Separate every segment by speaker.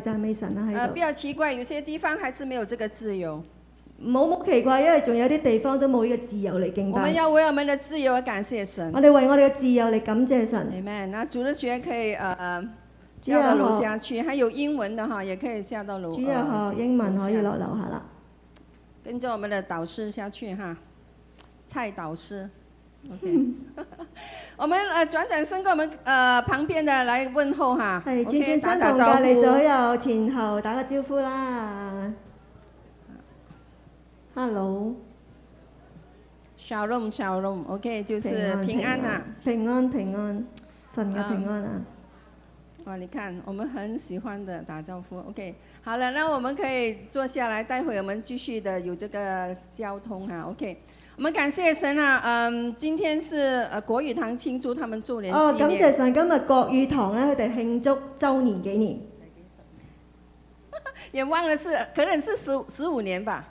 Speaker 1: 讚美神啦
Speaker 2: 呃，
Speaker 1: 喺
Speaker 2: 不
Speaker 1: 度。
Speaker 2: 要奇怪，有些地方还是没有这个自由。
Speaker 1: 冇冇奇怪，因為仲有啲地方都冇呢個自由嚟敬
Speaker 2: 我们
Speaker 1: 拜。
Speaker 2: 要为我们的自由而感谢神。
Speaker 1: 我哋為我哋嘅自由嚟感謝神。
Speaker 2: Amen。那主日学可以呃呃
Speaker 1: 嗯主
Speaker 2: 下到
Speaker 1: 日
Speaker 2: 楼
Speaker 1: 學
Speaker 2: 下去，还有英文的哈，也可以下到楼。
Speaker 1: 主日
Speaker 2: 呃
Speaker 1: 學英文可以落樓下啦。
Speaker 2: 跟着我们的导师下去哈，蔡 导师。OK，我们呃转转身跟我们呃旁边的来問候哈。
Speaker 1: 係
Speaker 2: OK，
Speaker 1: 轉轉身
Speaker 2: 打
Speaker 1: 同
Speaker 2: 打
Speaker 1: 隔
Speaker 2: 招
Speaker 1: 離
Speaker 2: 呼
Speaker 1: 左右前後打個招呼啦。Hello，
Speaker 2: Shalom Shalom，OK，、就是平安啦、
Speaker 1: 平安平安，神嘅平安啊！
Speaker 2: 哇，你看，我们很喜欢的打招呼。OK，好了，那我们可以坐下来，待会我们继续的有这个交通哈、OK，我啊们感谢神啊，嗯，今天是呃国语堂庆祝他们周年
Speaker 1: 哦，
Speaker 2: 纪
Speaker 1: 感
Speaker 2: 念
Speaker 1: 謝神，今日國語堂咧，佢哋慶祝周年紀念，
Speaker 2: 也忘了是，可能是十十五年吧，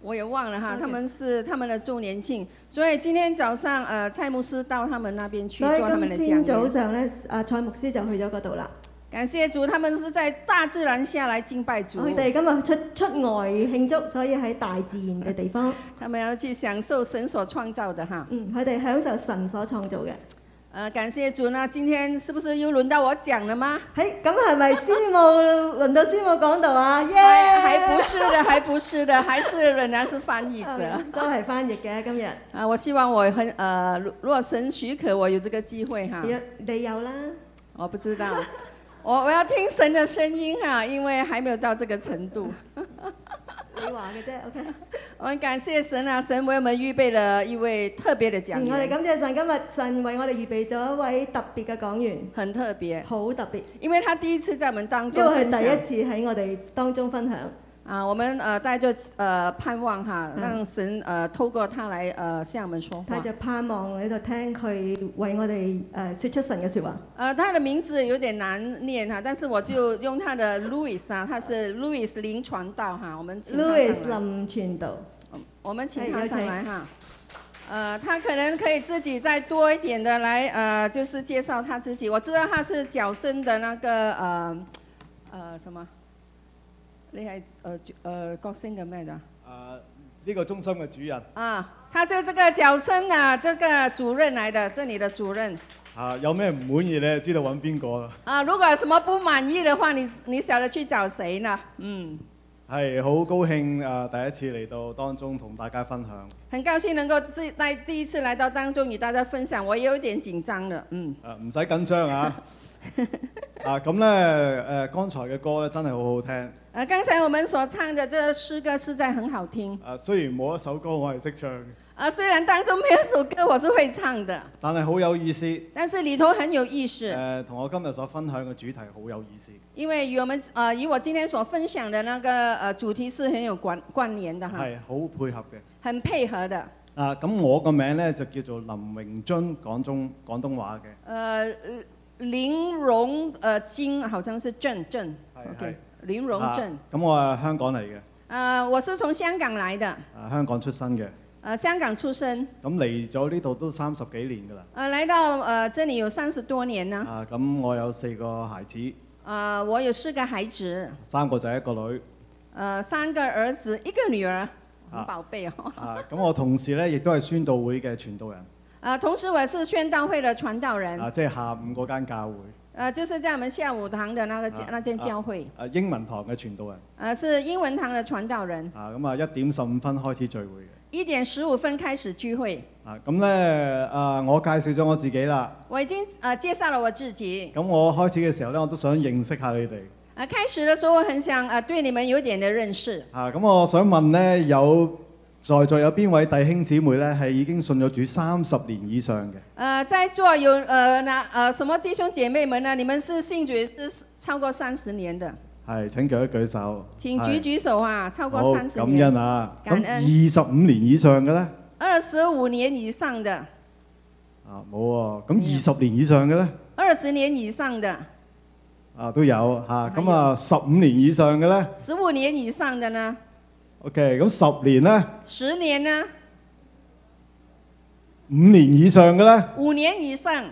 Speaker 2: 我也忘了哈。
Speaker 1: OK
Speaker 2: 他们是他们的周年庆，所以今天早上呃蔡牧师到他们那边去
Speaker 1: 所以
Speaker 2: 做他们的
Speaker 1: 今天
Speaker 2: 讲
Speaker 1: 早
Speaker 2: 员。
Speaker 1: 上咧，阿蔡牧師就去咗嗰度啦。
Speaker 2: 感谢主，他们是在大自然下来敬拜主，
Speaker 1: 哦佢哋今日出出外慶祝，所以喺大自然嘅地 方，
Speaker 2: 他们要去享受神所创造的哈。
Speaker 1: 嗯，佢哋享受神所創造嘅。
Speaker 2: 呃，感谢主呢，今天是不是又轮到我讲了吗？
Speaker 1: 喺咁係咪師母輪到師母講道啊？耶、
Speaker 2: 还还不是的，还不是的， 还是仍然是翻译者
Speaker 1: 啊 都係翻譯嘅今日，
Speaker 2: 啊。我希望我很呃，如若神许可，我有这个机会哈。
Speaker 1: 你你有啦，
Speaker 2: 我不知道， 我我要听神的声音啊，因为还没有到这个程度。
Speaker 1: 你話嘅啫，OK。
Speaker 2: 我们感谢神啊，神为我们预备了一位特别的讲
Speaker 1: 嗯我哋
Speaker 2: 员，
Speaker 1: 感謝神，今日神為我哋預備咗一位特別嘅講員，
Speaker 2: 很特别，
Speaker 1: 好特別，
Speaker 2: 因为他第一次在我們當
Speaker 1: 因
Speaker 2: 中
Speaker 1: 為
Speaker 2: 分享
Speaker 1: 佢第一次喺我哋當中分享。
Speaker 2: 啊，我们呃带着呃盼望哈，
Speaker 1: 嗯
Speaker 2: 让神呃透过他来呃向我们说
Speaker 1: 帶
Speaker 2: 话。
Speaker 1: 着盼望喺度聽佢為我哋誒説出神嘅説話。
Speaker 2: 呃，他的名字有点难念哈，但是我就用他的 Louis 啊，他是 Louis 林传道哈，我们请他上来
Speaker 1: Louis 林傳道，
Speaker 2: 我们请
Speaker 1: 哎
Speaker 2: 他
Speaker 1: 有
Speaker 2: 上
Speaker 1: 请
Speaker 2: 来哈。呃，他可能可以自己再多一点的来，呃，就是介绍他自己。我知道他是角声的那个呃呃什么，你系呃呃角声嘅咩的
Speaker 3: 啊呢個中心嘅主人
Speaker 2: 啊？他是这个角声啊，这个主任来的，这里的主任
Speaker 3: 啊，有咩唔滿意咧，知道揾邊個啦。
Speaker 2: 啊。如果有什么不满意的话，你你晓得去找谁呢？嗯，
Speaker 3: 係好高興啊！第一次嚟到當中同大家分享。
Speaker 2: 很高兴能够自在第一次来到当中与大家分享，我也有点紧张的，嗯。
Speaker 3: 誒唔使緊 張啊！啊咁咧誒，剛才嘅歌咧真係好好聽。
Speaker 2: 呃，刚才我们所唱的这诗歌实在很好听。
Speaker 3: 啊雖然冇一首歌我係識唱，
Speaker 2: 啊，虽然当中没有首歌我是会唱的，
Speaker 3: 但係好有意思。
Speaker 2: 但是里头很有意思，
Speaker 3: 誒同、我今日所分享嘅主題好有意思。
Speaker 2: 因为与我们呃与我今天所分享的那个呃主题是很有关关联的啊哈，
Speaker 3: 係好配合嘅。
Speaker 2: 很配合的。
Speaker 3: 啊咁我個名咧就叫做林榮津，廣中廣東話嘅。
Speaker 2: 呃，林荣呃金好像是郑郑
Speaker 3: 係
Speaker 2: ，OK，
Speaker 3: 係
Speaker 2: 林荣郑。
Speaker 3: 啊咁、我係香港嚟嘅，
Speaker 2: 呃，我是从香港来的，
Speaker 3: 啊香港出身嘅。
Speaker 2: 呃，香港出生，
Speaker 3: 咁嚟咗呢度都三十幾年㗎啦。
Speaker 2: 呃，来到呃这里有三十多年呢。
Speaker 3: 啊，咁我有四個孩子，
Speaker 2: 呃，我有四个孩子，
Speaker 3: 三個仔一個女。
Speaker 2: 呃，三个儿子，一个女儿，很
Speaker 3: 啊
Speaker 2: 宝贝哦。
Speaker 3: 啊，咁我同時咧亦都係宣道會嘅傳道人。
Speaker 2: 呃，同时我是宣道会的传道人，
Speaker 3: 啊，即係下午嗰間教會，
Speaker 2: 呃，就是在我们下午堂的那个、
Speaker 3: 啊
Speaker 2: 那间
Speaker 3: 啊
Speaker 2: 教会，
Speaker 3: 啊英文堂嘅傳道人。
Speaker 2: 呃，是英文堂的传道人。
Speaker 3: 啊，咁啊一點十五分開始聚會嘅。
Speaker 2: 一点十五分开始聚会，
Speaker 3: 啊，咁咧啊，我介紹咗我自己啦。
Speaker 2: 我已经呃介绍了我自己。
Speaker 3: 咁我開始嘅時候咧，我都想認識下你哋。
Speaker 2: 呃，开始的时候我很想呃对你们有点的认识。
Speaker 3: 啊，咁我想問咧，有在座有邊位弟兄姊妹咧係已經信咗主三十年以上嘅？
Speaker 2: 呃，在座有呃那呃什么弟兄姐妹们呢？你们是信主是超过三十年的，
Speaker 3: 係，請舉一舉手。
Speaker 2: 请
Speaker 3: 係
Speaker 2: 举举手啊！超
Speaker 3: 哎好
Speaker 2: 过三十
Speaker 3: 感
Speaker 2: 年，
Speaker 3: 恩啊！咁
Speaker 2: 感恩
Speaker 3: 二十五年以上嘅咧，
Speaker 2: 二十五年以上的，
Speaker 3: 啊冇
Speaker 2: 嗯
Speaker 3: 喎。咁二十年以上嘅咧，
Speaker 2: 二十年以上的，
Speaker 3: 啊都有嚇。
Speaker 2: 係
Speaker 3: 咁啊十五年以上嘅咧
Speaker 2: 十五年以上的呢？
Speaker 3: ，OK。咁十年咧，
Speaker 2: 十年呢？
Speaker 3: 五年以上嘅咧，
Speaker 2: 五年以上，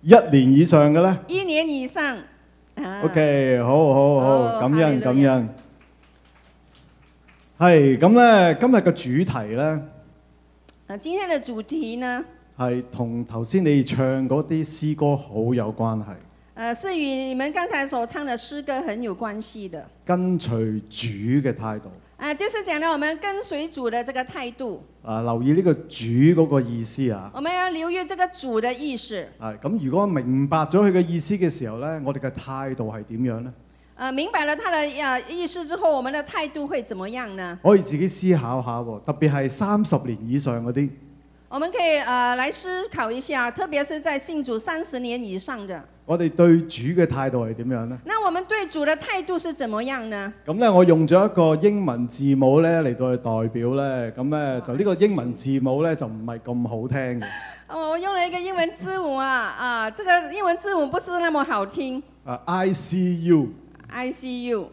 Speaker 3: 一年以上嘅咧，
Speaker 2: 一年以上，啊
Speaker 3: OK，好好
Speaker 2: 好
Speaker 3: 好，感恩
Speaker 2: 哈
Speaker 3: 感
Speaker 2: 利路
Speaker 3: 恩。係咁咧，今日嘅主題咧
Speaker 2: 啊，今天的主题呢，
Speaker 3: 係同頭先你唱嗰啲詩歌好有關係，
Speaker 2: 呃，是与你们刚才所唱的诗歌很有关系的。
Speaker 3: 跟隨主嘅態度。
Speaker 2: 啊，就是讲到我们跟随主的这个态度，
Speaker 3: 啊，留意呢個主嗰個意思啊。
Speaker 2: 我们要留意这个主的意识。
Speaker 3: 啊，咁如果明白咗佢嘅意思嘅時候呢，我哋嘅態度係點樣呢？
Speaker 2: 呃，明白了他的呃意思之后，我们的态度会怎么样呢？
Speaker 3: 可以自己思考下喎，特別係三十年以上嗰啲，
Speaker 2: 我们可以呃来思考一下，特别是在信主三十年以上的，
Speaker 3: 我哋對主嘅態度係點樣呢？
Speaker 2: 那我们对主的态度是怎么样呢？
Speaker 3: 咁呢，我用咗一個英文字母呢嚟到去代表呢。咁呢，就呢個英文字母呢，就唔係咁好聽嘅。
Speaker 2: 哦，我用了一个英文字母啊啊，这个英文字母不是那么好听
Speaker 3: 啊，ICU
Speaker 2: ，I C U。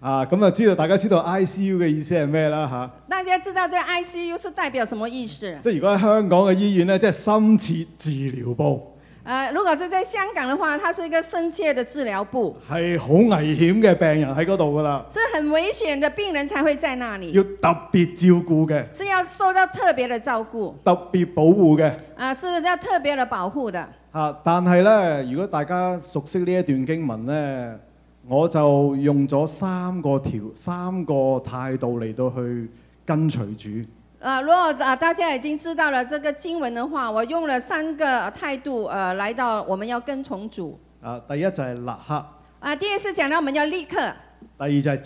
Speaker 3: 啊，咁啊知道大家知道 ICU 嘅意思係咩啦吓，
Speaker 2: 大家知道这 I C U 是代表什么意思？
Speaker 3: 即係如果喺香港嘅醫院呢，即係深切治療部，
Speaker 2: 呃，如果是在香港的話，它是一個深切的治療部，
Speaker 3: 係好危險嘅病人喺嗰度㗎啦。
Speaker 2: 是很危險的病人才會在那裡，
Speaker 3: 要特別照顧嘅，
Speaker 2: 是要受到特別的照顧，
Speaker 3: 特別保護嘅。
Speaker 2: 啊、是要特別的保護的。
Speaker 3: 啊，但係呢，如果大家熟悉呢一段經文呢，我就用咗三個條三個態度嚟到去跟隨主。
Speaker 2: 呃，如果啊、大家已經知道了這個經文的話，我用了三個呃態度，呃，來到我們要跟從主。
Speaker 3: 啊，第一就係立刻，
Speaker 2: 啊、第一是講到我們要立刻，
Speaker 3: 第二就係徹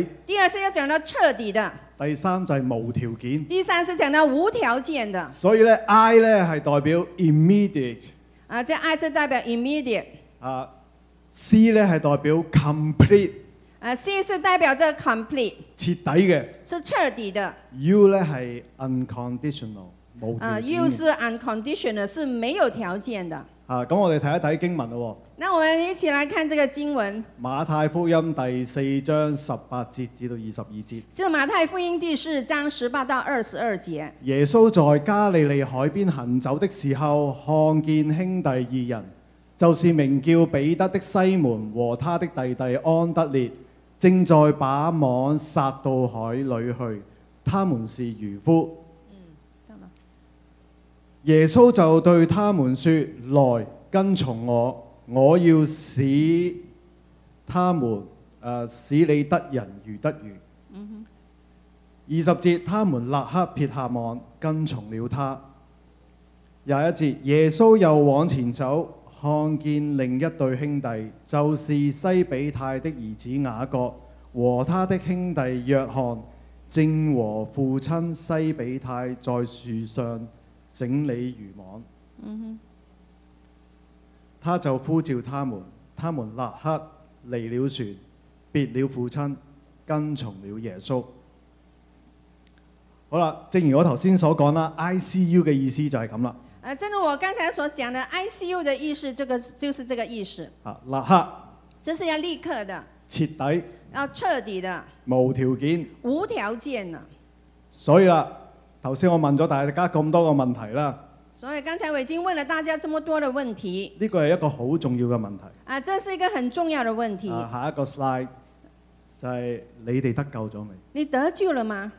Speaker 3: 底，
Speaker 2: 第二是要講到徹底的，
Speaker 3: 第三就係無條件。
Speaker 2: 第三是講到無條件的。
Speaker 3: 所以呢 I 呢係代表 immediate，
Speaker 2: 啊、这 I 是代表 immediate，
Speaker 3: 啊，C 呢係代表 complete
Speaker 2: 啊、C 是代表這 complete，
Speaker 3: 徹底嘅
Speaker 2: 是徹底的。
Speaker 3: ，U 呢係 unconditional 無
Speaker 2: 啊、
Speaker 3: 條件
Speaker 2: 又
Speaker 3: 嘅。
Speaker 2: 是 unconditional，是没有條件的。
Speaker 3: 啊，咁我哋睇一睇經文咯喎。
Speaker 2: 那我们一起來看這個經文，
Speaker 3: 馬太福音第四章十八節至到二十二節，
Speaker 2: 是馬太福音第四章十八到二十二節。
Speaker 3: 耶穌在加利利海邊行走的時候，看見兄弟二人，就是名叫彼得的西門和他的弟弟安德烈，正在把網撒到海裏去。他們是漁夫。耶穌就對他們說：來跟從我，我要使他們誒、呃使你得人如得魚。二十節，他們立刻撇下網，跟從了他。廿一節，耶穌又往前走，看見另一對兄弟，就是西比泰的兒子雅各和他的兄弟約翰，正和父親西比泰在樹上整理漁網。他就呼召他們，他們立刻離了船，別了父親，跟從了耶穌。好啦，正如我頭先所講啦，ICU 嘅意思就係咁啦。
Speaker 2: 呃，正如我剛才所講的，ICU 的意思，这个就是這個意思，
Speaker 3: 啊，立刻、
Speaker 2: 这是要立刻的，
Speaker 3: 徹底、
Speaker 2: 要徹底的，
Speaker 3: 無條件。
Speaker 2: 無條件的。
Speaker 3: 所以啦，頭先我問咗大家咁多個問題啦，
Speaker 2: 所以剛才我已經問了大家這麼多的問題，
Speaker 3: 呢個係一個好重要嘅問題。
Speaker 2: 啊、這是一個很重要的問題。
Speaker 3: 啊，下一個 slide 就係你哋得救咗未？
Speaker 2: 你得救了嗎？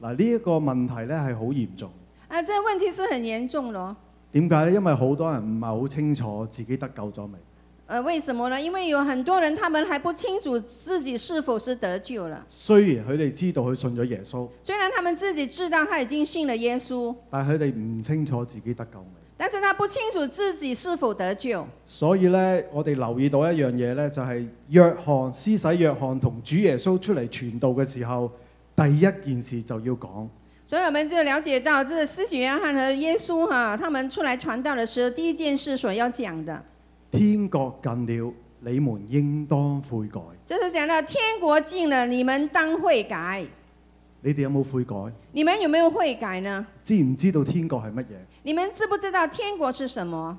Speaker 3: 嗱，呢一個問題呢係好嚴重。
Speaker 2: 啊、這問題是很嚴重哦咯。
Speaker 3: 點解呢？因為好多人唔係好清楚自己得救咗未。
Speaker 2: 呃，為什麼呢？因為有很多人，他們還不清楚自己是否是得救了。
Speaker 3: 雖然佢哋知道佢信咗耶穌，
Speaker 2: 虽然他们自己知道他已經信了耶穌，
Speaker 3: 但係佢哋唔清楚自己得救未。
Speaker 2: 但是他不清楚自己是否得救。
Speaker 3: 所以呢，我哋留意到一樣嘢呢，就係、約翰施洗約翰同主耶穌出嚟傳道嘅時候，第一件事就要講
Speaker 2: 所以我们就了解到，这施洗约翰和耶穌哈、他们出来傳道的時候，第一件事所要講的，
Speaker 3: 天國近了，你們應當悔改。
Speaker 2: 就是講到天國近了，你們當悔改。
Speaker 3: 你哋有冇悔改？
Speaker 2: 你們有沒有悔改呢？
Speaker 3: 知唔知道天國係乜嘢？
Speaker 2: 你們知不知道天國是什麼？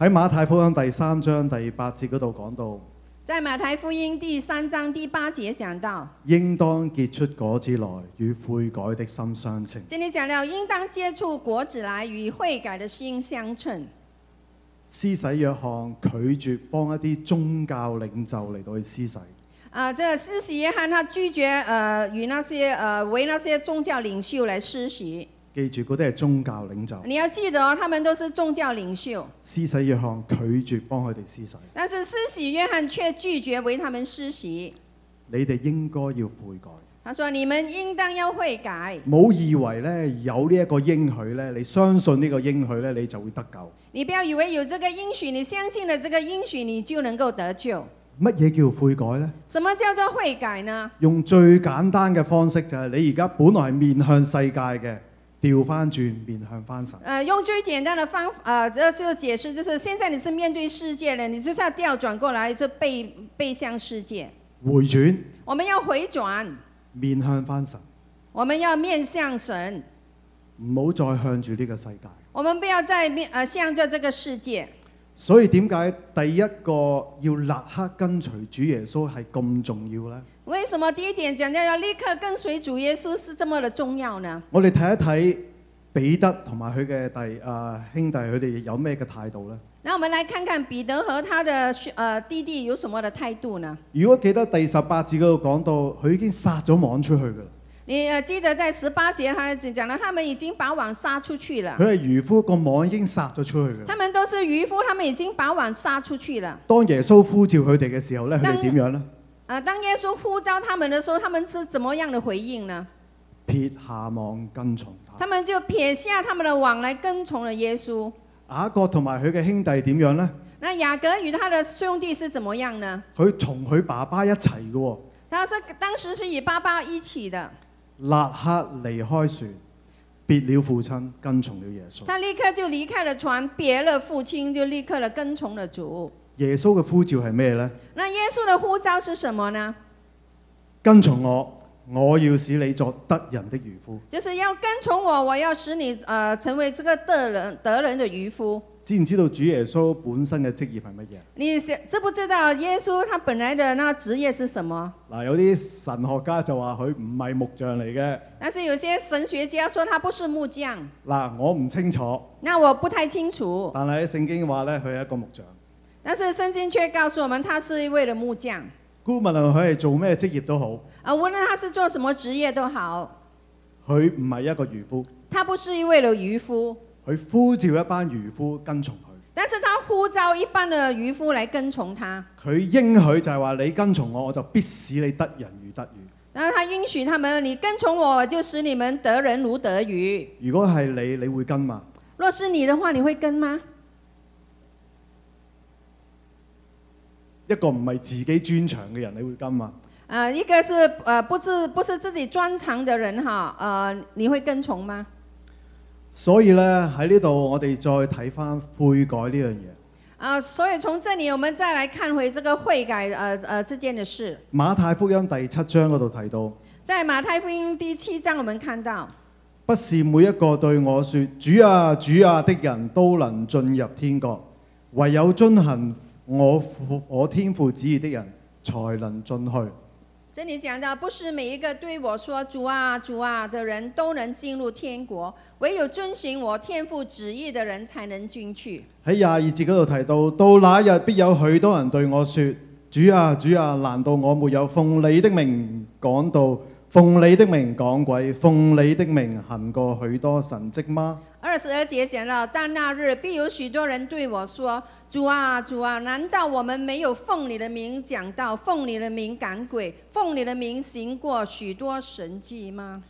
Speaker 3: 喺馬太福音第三章第八節嗰度講到，
Speaker 2: 在馬太福音第三章第八節講到，
Speaker 3: 應當結出果子來，與悔改的心相稱。
Speaker 2: 這裡講到應當接觸果子來與悔改的心相稱。
Speaker 3: 施洗約翰拒絕幫一啲宗教領袖嚟到去施洗。
Speaker 2: 啊，这施洗约翰他拒绝呃与那些呃为那些宗教领袖来施洗。
Speaker 3: 記住嗰啲係宗教領袖。
Speaker 2: 你要记得哦，他们都是宗教领袖，
Speaker 3: 施洗約翰拒絕幫佢哋施洗。
Speaker 2: 但是施洗约翰却拒绝为他们施洗。
Speaker 3: 你哋應該要悔改。
Speaker 2: 他说：你们应当要悔改，
Speaker 3: 冇以為咧有呢一個應許咧，你相信呢個應許咧，你就會得救。
Speaker 2: 你不要以为有这个应许，你相信了这个应许，你就能够得救。
Speaker 3: 乜嘢叫悔改呢？
Speaker 2: 什么叫做悔改呢？
Speaker 3: 用最簡單嘅方式就係你而家本來係面向世界嘅，調翻轉面向翻神。
Speaker 2: 呃，用最简单的方，呃，这就解释就是现在你是面对世界了，你就是要调转过来，就背背向世界。
Speaker 3: 回轉
Speaker 2: 我们要回转，
Speaker 3: 面向翻神，
Speaker 2: 我们要面向神，
Speaker 3: 唔好再向住呢個世界。
Speaker 2: 我们不要再面呃向着这个世界。
Speaker 3: 所以點解第一個要立刻跟隨主耶穌係咁重要呢？
Speaker 2: 为什么第一点讲到要立刻跟随主耶稣是这么的重要呢？
Speaker 3: 我哋睇一睇彼得同埋佢嘅弟啊兄弟，佢哋有咩嘅態度呢？
Speaker 2: 那我们来看看彼得和他的兄呃弟弟有什么的态度呢？
Speaker 3: 如果記得第十八節嗰度講到，佢已經撒咗網出去㗎啦。
Speaker 2: 你呃记得在十八节他讲了，他们已经把网撒出去了，
Speaker 3: 佢係漁夫，個網已經撒咗出去㗎啦。
Speaker 2: 他们都是渔夫，他们已经把网撒出去了。
Speaker 3: 當耶穌呼召佢哋嘅時候呢，佢哋
Speaker 2: 當
Speaker 3: 點樣呢？
Speaker 2: 啊，当耶稣呼召他们的时候，他们是怎么样的回应呢？
Speaker 3: 撇下網跟從他。
Speaker 2: 他们就撇下他们的网来跟从了耶稣。
Speaker 3: 雅各同埋佢嘅兄弟點樣呢？
Speaker 2: 那雅各与他的兄弟是怎么样呢？
Speaker 3: 佢同佢爸爸一齊嘅喎，
Speaker 2: 他是当时是与爸爸一起的，
Speaker 3: 立刻離開船，別了父親，跟從了耶穌。
Speaker 2: 他立刻就离开了船，别了父亲，就立刻了跟从了主。
Speaker 3: 耶穌嘅呼召係咩呢？
Speaker 2: 那耶稣的呼召是什么呢？
Speaker 3: 跟從我，我要使你作得人的漁夫。
Speaker 2: 就是要跟从我，我要使你呃成为这个得人得人的渔夫。
Speaker 3: 知唔知道主耶穌本身嘅職業係乜嘢？
Speaker 2: 你是知不知道耶稣他本来的那职业是什么？
Speaker 3: 嗱，有啲神學家就話佢唔係木匠嚟嘅。
Speaker 2: 但是有些神学家说他不是木匠，
Speaker 3: 嗱，我唔清楚，
Speaker 2: 那我不太清楚。
Speaker 3: 但係喺聖經話呢，佢係一個木匠。
Speaker 2: 但是圣经却告诉我们，他是一位的木匠。
Speaker 3: 姑勿論啊佢係做咩職業都好，
Speaker 2: 啊，无论他是做什么职业都好，
Speaker 3: 佢唔係一個漁夫，
Speaker 2: 他不是一位的渔夫，
Speaker 3: 佢呼召一班漁夫跟從佢。
Speaker 2: 但是他呼召一般的渔夫来跟从他。
Speaker 3: 佢應許就係話你跟從我，我就必使你得人如得魚。
Speaker 2: 然后他允许他们，你跟从我，就使你们得人如得鱼。
Speaker 3: 如果係你，你會跟嘛？
Speaker 2: 若是你的话，你会跟吗？
Speaker 3: 一個唔係自己專長嘅人，你會跟嘛？
Speaker 2: 呃，一个是呃不是不是自己专长的人哈，呃，你会跟从吗？
Speaker 3: 所以咧喺呢度，我哋再睇翻悔改呢樣嘢。
Speaker 2: 啊、所以从这里我们再来看回这個悔改呃呃之间的事，
Speaker 3: 馬太福音第七章嗰度提到，
Speaker 2: 在马太福音第七章我们看到，
Speaker 3: 不是每一個對我說主啊主啊的人都能進入天國，唯有遵行我父我天父旨意的人才能進去。
Speaker 2: 这里讲到不是每一个对我说主啊主啊的人都能进入天国，唯有遵行我天父旨意的人才能进去。
Speaker 3: 喺廿二節嗰度提到，到那日必有許多人對我說：主啊，主啊，難道我沒有奉你的名講道，奉你的名講鬼，奉你的名行過許多神蹟嗎？
Speaker 2: 二十二节讲到，但那日必有许多人对我说：“主啊，主啊，难道我们没有奉你的名讲道，奉你的名赶鬼，奉你的名行过许多神迹吗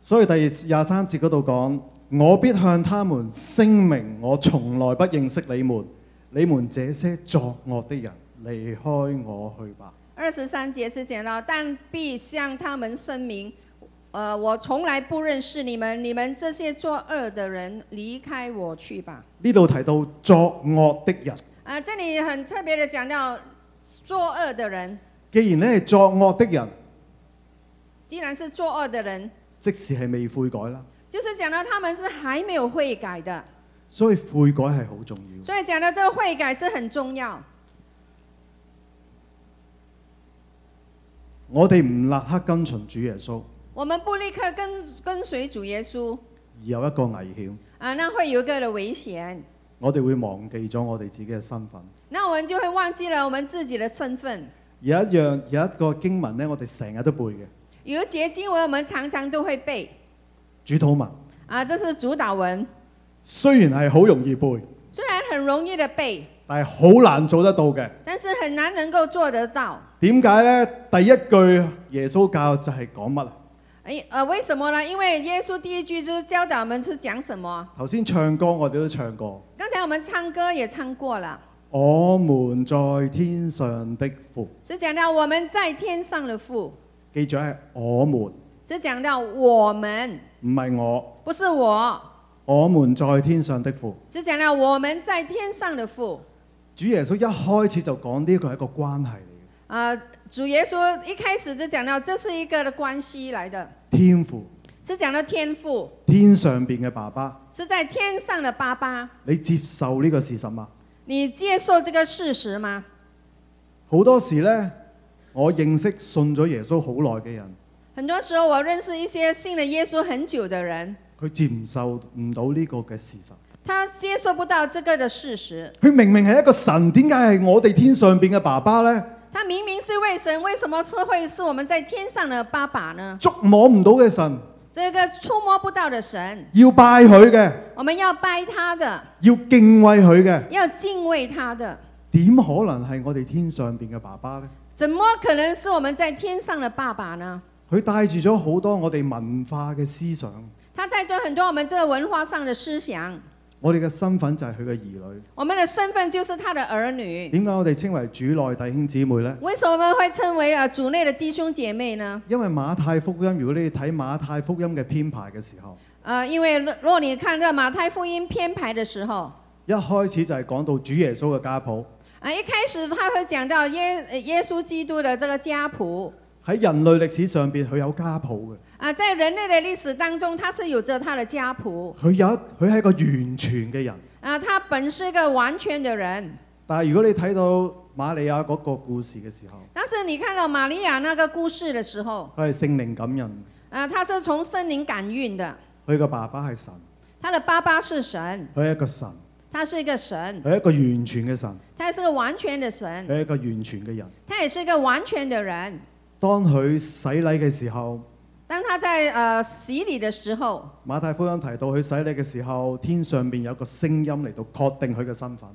Speaker 3: 所以第廿三節嗰度講：我必向他們聲明，我從來不認識你們，你們這些作惡的人，離開我去吧。？”
Speaker 2: 二十三节是讲到，但必向他们声明，呃，我从来不认识你们，你们这些作恶的人，离开我去吧。
Speaker 3: 呢度提到作惡的人，
Speaker 2: 啊、这里很特别的讲到作恶的人，
Speaker 3: 既然你係作惡的人，
Speaker 2: 既然是作恶的人，
Speaker 3: 即使係未悔改啦。
Speaker 2: 就是讲到他们是还没有悔改的。
Speaker 3: 所以悔改係好重要。
Speaker 2: 所以讲到这个悔改是很重要，
Speaker 3: 我哋唔立刻跟從主耶穌，
Speaker 2: 我们不立刻跟跟随主耶稣
Speaker 3: 而有一個危險，
Speaker 2: 啊，那会有一个的危险。
Speaker 3: 我哋會忘記咗我哋自己嘅身份。
Speaker 2: 那我们就会忘记了我们自己的身份。
Speaker 3: 有一樣有一個經文呢，我哋成日都背嘅
Speaker 2: 有一节经文我们常常都会背
Speaker 3: 主禱文，
Speaker 2: 啊，这是主导文，
Speaker 3: 雖然係好容易背，
Speaker 2: 虽然很容易的背，
Speaker 3: 但係好難做得到嘅。
Speaker 2: 但是很难能够做得到。
Speaker 3: 點解呢？第一句耶穌教就係講乜啊？
Speaker 2: 哎，呃，为什么呢？因为耶稣第一句就是教导我们是讲什么。
Speaker 3: 頭先唱歌我哋都唱過，
Speaker 2: 刚才我们唱歌也唱过了，
Speaker 3: 我們在天上的父，
Speaker 2: 是讲到我们在天上的父，
Speaker 3: 記住係我們，
Speaker 2: 是讲到我们，
Speaker 3: 唔係我，
Speaker 2: 不是我，
Speaker 3: 我們在天上的父。
Speaker 2: 是讲到我们在天上的父。
Speaker 3: 主耶穌一開始就講呢個係一個關係嚟
Speaker 2: 啊，主耶稣一开始就讲到这是一个的关系来的，
Speaker 3: 嘅，天父，
Speaker 2: 是讲到天父，
Speaker 3: 天上邊嘅爸爸，
Speaker 2: 是在天上的爸爸。
Speaker 3: 你接受呢個事實嗎？
Speaker 2: 你接受这个事实吗？
Speaker 3: 好多時呢，我認識信咗耶穌好耐嘅人，
Speaker 2: 很多时候，我认识一些信了耶稣很久的人，
Speaker 3: 佢接唔受唔到呢個嘅事實。
Speaker 2: 他接受不到这个的事实。
Speaker 3: 佢明明係一個神，點解係我哋天上邊嘅爸爸呢？
Speaker 2: 他明明是为神，为什么是会是我们在天上的爸爸呢？
Speaker 3: 捉摸唔到嘅神，
Speaker 2: 这个触摸不到的神，
Speaker 3: 要拜佢嘅，
Speaker 2: 我们要拜他的，
Speaker 3: 要敬畏佢嘅，
Speaker 2: 要敬畏他的，
Speaker 3: 點可能係我哋天上邊嘅爸爸呢？
Speaker 2: 怎么可能是我们在天上的爸爸呢？
Speaker 3: 佢帶住咗好多我哋文化嘅思想，
Speaker 2: 他带着很多我们这个文化上的思想，
Speaker 3: 我哋嘅身份就係佢嘅兒女。
Speaker 2: 我们的身份就是他的儿女。
Speaker 3: 點解我哋稱為主內弟兄姊妹呢？
Speaker 2: 为什么会称为啊主内的弟兄姐妹呢？
Speaker 3: 因為馬太福音，如果你睇馬太福音嘅編排嘅時候，
Speaker 2: 呃，因为若若你看这马太福音编排的时候，
Speaker 3: 一開始就係講到主耶穌嘅家譜。
Speaker 2: 啊，一开始他会讲到耶呃耶稣基督的这个家谱，
Speaker 3: 喺人類歷史上邊，佢有家譜嘅，
Speaker 2: 啊，在人类的历史当中，他是有着他的家谱，
Speaker 3: 佢有一佢係一個完全嘅人。
Speaker 2: 啊，他本是一个完全的人。
Speaker 3: 但係如果你睇到瑪利亞嗰個故事嘅時候，
Speaker 2: 但是你看到玛利亚那个故事的时候，
Speaker 3: 佢係聖靈感人，
Speaker 2: 啊，他是从圣灵感孕的，
Speaker 3: 佢嘅爸爸係神，
Speaker 2: 他的爸爸是神，
Speaker 3: 佢係一個神，
Speaker 2: 他是一个神，
Speaker 3: 佢係一個完全嘅神，
Speaker 2: 他是个完全的神，
Speaker 3: 佢係一個完全嘅人。
Speaker 2: 他也是一个完全的人。
Speaker 3: 當佢洗禮嘅時候，
Speaker 2: 当他在呃洗礼的时候，
Speaker 3: 馬太福音提到佢洗禮嘅時候，天上邊有個聲音嚟到確定佢嘅身份。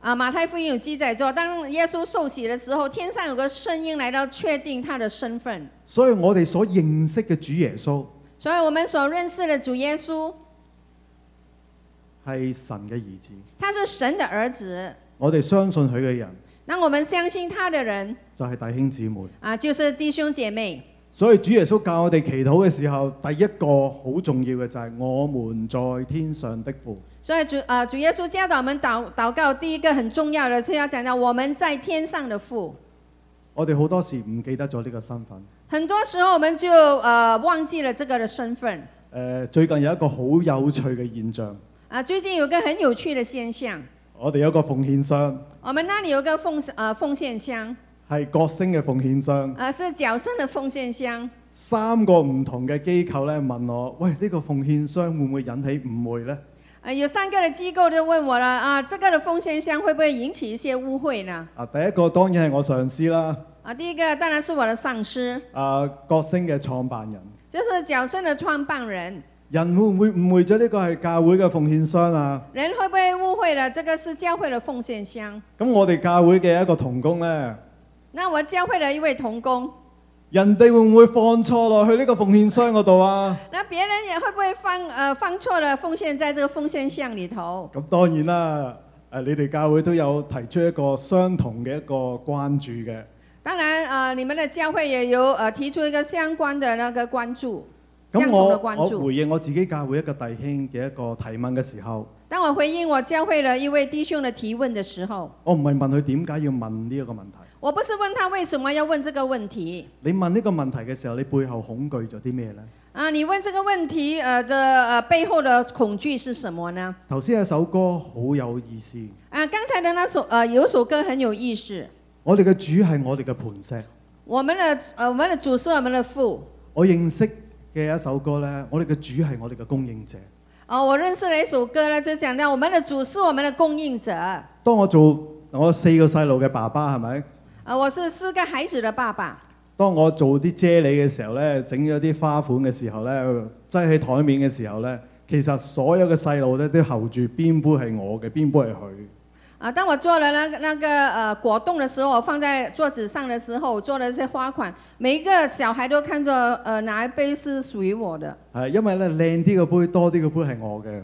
Speaker 2: 啊，马太福音有记载说，当耶稣受洗的时候，天上有个声音来到确定他的身份。
Speaker 3: 所以我哋所認識嘅主耶穌
Speaker 2: 所以我们所认识的主耶稣，
Speaker 3: 係神嘅兒子，
Speaker 2: 他是神的儿子。
Speaker 3: 我哋相信佢嘅人
Speaker 2: 那我们相信他的人
Speaker 3: 就係弟兄姊妹。
Speaker 2: 啊，就是弟兄姐妹。
Speaker 3: 所以主耶穌教我哋祈禱嘅時候，第一個好重要嘅就係我們在天上的父。
Speaker 2: 所以主啊，主耶穌教导我们祷祷告，第一个很重要的是要讲到我们在天上的父。
Speaker 3: 我哋好多時唔記得咗呢個身份。誒、
Speaker 2: 很多时候我们就呃忘记了这个的身份
Speaker 3: 呃最近有一個好有趣嘅現象，
Speaker 2: 啊。最近有个很有趣的现象，
Speaker 3: 我哋有個奉獻箱
Speaker 2: 我们那里有个奉呃奉献箱，
Speaker 3: 係國星嘅奉獻箱，
Speaker 2: 啊，是角色的奉献箱。
Speaker 3: 三個唔同嘅機構咧問我：喂，呢、個奉獻箱會唔會引起誤會呢？
Speaker 2: 啊，有三个的机构就问我了啊，这个的奉献箱会不会引起一些误会呢？”
Speaker 3: 啊，第一個當然係我上司啦，
Speaker 2: 啊，第一个当然是我的上司，
Speaker 3: 啊國星嘅創辦人，
Speaker 2: 就是角色的创办人。
Speaker 3: 人會唔會誤會咗呢個係教會嘅奉獻箱啊？
Speaker 2: 人会不会误会了？这个是教会的奉献箱。
Speaker 3: 咁我哋教會嘅一個童工呢，
Speaker 2: 那我教会了一位童工，
Speaker 3: 人哋會唔會放錯落去呢個奉獻箱嗰度啊？
Speaker 2: 那别人也会不会放呃放错了奉献在这个奉献箱里头？
Speaker 3: 咁當然啦，誒你哋教會都有提出一個相同嘅一個關注嘅，
Speaker 2: 当然呃，你们的教会也有呃提出一个相关的那个关注，
Speaker 3: 咁
Speaker 2: 相同
Speaker 3: 我
Speaker 2: 的关
Speaker 3: 我
Speaker 2: 注。
Speaker 3: 回應我自己教會一個弟兄嘅一個提問嘅時候，
Speaker 2: 当我回应我教会了一位弟兄的提问的时候，
Speaker 3: 我唔係問佢點解要問呢一個問題。
Speaker 2: 我不是問他為什麼要問這個問題
Speaker 3: 你問呢個問題嘅時候，你背後恐懼咗啲咩呢？
Speaker 2: 啊，你問這個問題，呃的呃背後的恐懼是什麼呢？
Speaker 3: 頭先有首歌好有意思，
Speaker 2: 啊，剛才的那首呃有首歌很有意思，
Speaker 3: 我哋嘅主係我哋嘅磐石。
Speaker 2: 我們的呃我們的主是我們的父
Speaker 3: 我認識嘅一首歌呢，我哋嘅主係我哋嘅供應者。
Speaker 2: 哦，我认识了一首歌呢，就讲到我们的主是我们的供应者。啊、
Speaker 3: 當我做我四個細路嘅爸爸係咪？
Speaker 2: 我是四个孩子的爸爸。
Speaker 3: 當我做啲啫喱嘅時候呢，整咗啲花款嘅時候呢，擠喺台面嘅時候呢，其實所有嘅細路呢都候住邊杯係我嘅，邊杯係佢。
Speaker 2: 啊，当我做了那个那个呃果冻的时候，放在桌子上的时候，我做了一些花款，每一个小孩都看着呃哪一杯是属于我的。
Speaker 3: 係因為呢靚啲嘅杯多啲嘅杯係我嘅，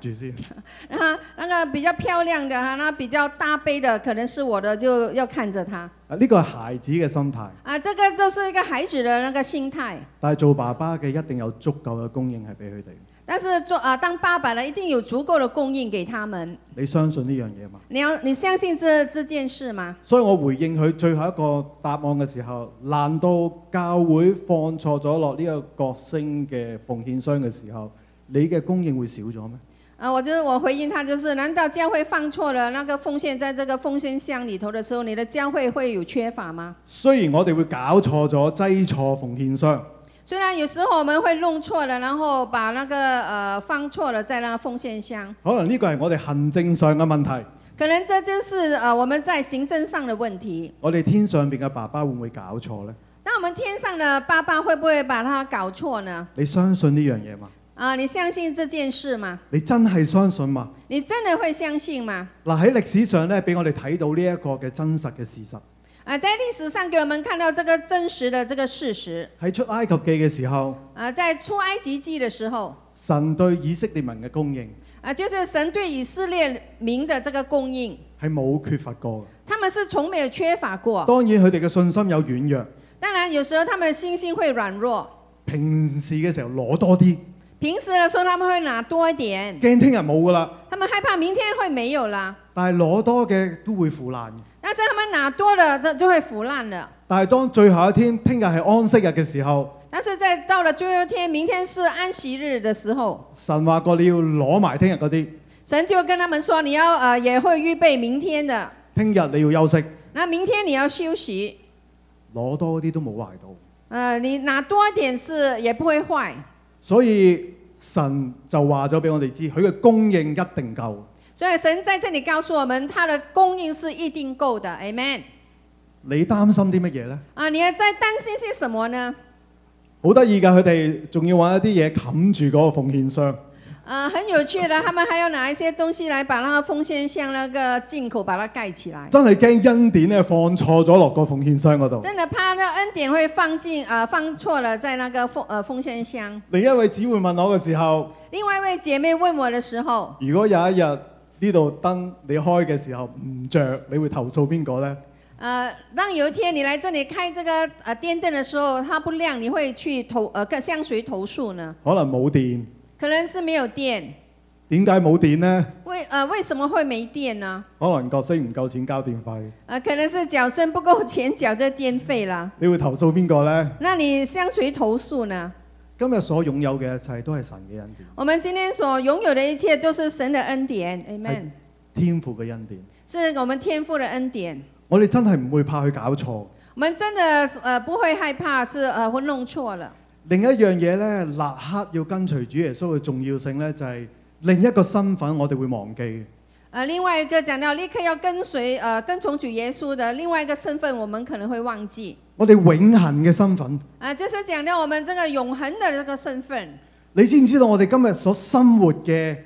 Speaker 3: 急住先。
Speaker 2: 然后那个比较漂亮的哈，那比较大杯的可能是我的，就要看着他。
Speaker 3: 啊呢個係孩子嘅心態，
Speaker 2: 啊，这个就是一个孩子的那个心态。
Speaker 3: 但係做爸爸嘅一定有足夠嘅供應係俾佢哋。
Speaker 2: 但是做啊、当爸爸呢，一定有足够的供应给他们。
Speaker 3: 你相信呢樣嘢嘛？
Speaker 2: 你要你相信这这件事吗？
Speaker 3: 所以我回應佢最後一個答案嘅時候，難道教會放錯咗落呢個角星嘅奉獻箱嘅時候，你嘅供應會少咗咩？
Speaker 2: 啊，我就我回应他就是，难道教会放错了那个奉献在这个奉献箱里头的时候，你的教会会有缺乏吗？
Speaker 3: 雖然我哋會搞錯咗、擠錯奉獻箱，
Speaker 2: 虽然有时候我们会弄错了，然后把那个呃放错了在那个奉献箱，
Speaker 3: 可能呢個係我哋行政上嘅問題。
Speaker 2: 可能这就是呃我们在行政上的問題。
Speaker 3: 我哋天上邊嘅爸爸會唔會搞錯呢？
Speaker 2: 那我们天上的爸爸会不会把它搞错呢？
Speaker 3: 你相信呢樣嘢嘛？
Speaker 2: 啊，你相信这件事吗？
Speaker 3: 你真係相信嘛？
Speaker 2: 你真的会相信吗？
Speaker 3: 嗱喺歷史上咧，俾我哋睇到呢一個嘅真實嘅事實。
Speaker 2: 啊，在历史上给我们看到这个真实的这个事实。
Speaker 3: 喺出埃及記嘅時候，
Speaker 2: 啊，在出埃及记的时候，
Speaker 3: 神對以色列民嘅供應
Speaker 2: 啊，就是神对以色列民的这个供应，
Speaker 3: 係冇缺乏過嘅。
Speaker 2: 他们是从没有缺乏过。
Speaker 3: 當然佢哋嘅信心有軟弱，
Speaker 2: 当然，有时候他们的信心会软弱，
Speaker 3: 平時嘅時候攞多啲，
Speaker 2: 平时的时候他们会拿多一点，
Speaker 3: 驚聽日冇噶啦。
Speaker 2: 他们害怕明天会没有啦。
Speaker 3: 但係攞多嘅都會腐爛嘅。
Speaker 2: 但是他们拿多了，他就会腐烂了。
Speaker 3: 但係當最後一天，聽日係安息日嘅時候，
Speaker 2: 但是在到了最后一天，明天是安息日的时候，
Speaker 3: 神話過你要攞埋聽日嗰啲，
Speaker 2: 神就跟他们说：“你要呃，也会预备明天的。
Speaker 3: 聽日你要休息，
Speaker 2: 那明天你要休息，
Speaker 3: 攞多啲都冇壞到。
Speaker 2: 呃，你拿多一点是也不会坏。
Speaker 3: 所以神就話咗俾我哋知，佢嘅供應一定夠。
Speaker 2: 所以神在这里告诉我们，他的供應是一定够的，amen。
Speaker 3: 你擔心啲乜嘢呢？
Speaker 2: 啊，你还在担心些什么呢？
Speaker 3: 好得意㗎，佢哋仲要揾一啲嘢冚住嗰個奉獻箱。
Speaker 2: 呃，很有趣的，他们还要拿一些东西来把那个奉献箱那个进口把它盖起来，
Speaker 3: 真係驚恩典咧放錯咗落個奉獻箱嗰度。
Speaker 2: 真的怕那恩典会放进呃放错了在那个奉呃奉献箱。
Speaker 3: 另一位姊妹問我嘅時候，
Speaker 2: 另外一位姐妹问我的时候，
Speaker 3: 如果有一日呢度燈你開嘅時候唔着，你會投訴邊個呢？
Speaker 2: 呃，当有一天你来这里开这个呃电灯的时候，它不亮，你会去投呃跟向谁投诉呢？
Speaker 3: 可能冇電，
Speaker 2: 可能是没有电，
Speaker 3: 點解冇電呢？
Speaker 2: 为呃为什么会没电呢？
Speaker 3: 可能角色唔夠錢交電費，
Speaker 2: 啊，可能是缴生不够钱缴这电费啦。
Speaker 3: 你會投訴邊個呢？
Speaker 2: 那你向谁投诉呢？
Speaker 3: 今日所擁有嘅一切都係神嘅恩典，
Speaker 2: 我们今天所拥有的一切都是神的恩典，amen，
Speaker 3: 天父嘅恩典。
Speaker 2: 是我们天父的恩典。
Speaker 3: 我哋真係唔會怕去搞錯。
Speaker 2: 我们真的呃不会害怕是呃会弄错了。
Speaker 3: 另一樣嘢呢，立刻要跟隨主耶穌嘅重要性呢，就係、另一個身份我哋會忘記嘅。
Speaker 2: 呃，另外一个讲到立刻要跟随呃跟从主耶稣的另外一个身份，我们可能会忘记
Speaker 3: 我哋永恆嘅身份。
Speaker 2: 啊、就是讲到我们这个永恒的这个身份。
Speaker 3: 你知唔知道我哋今日所生活嘅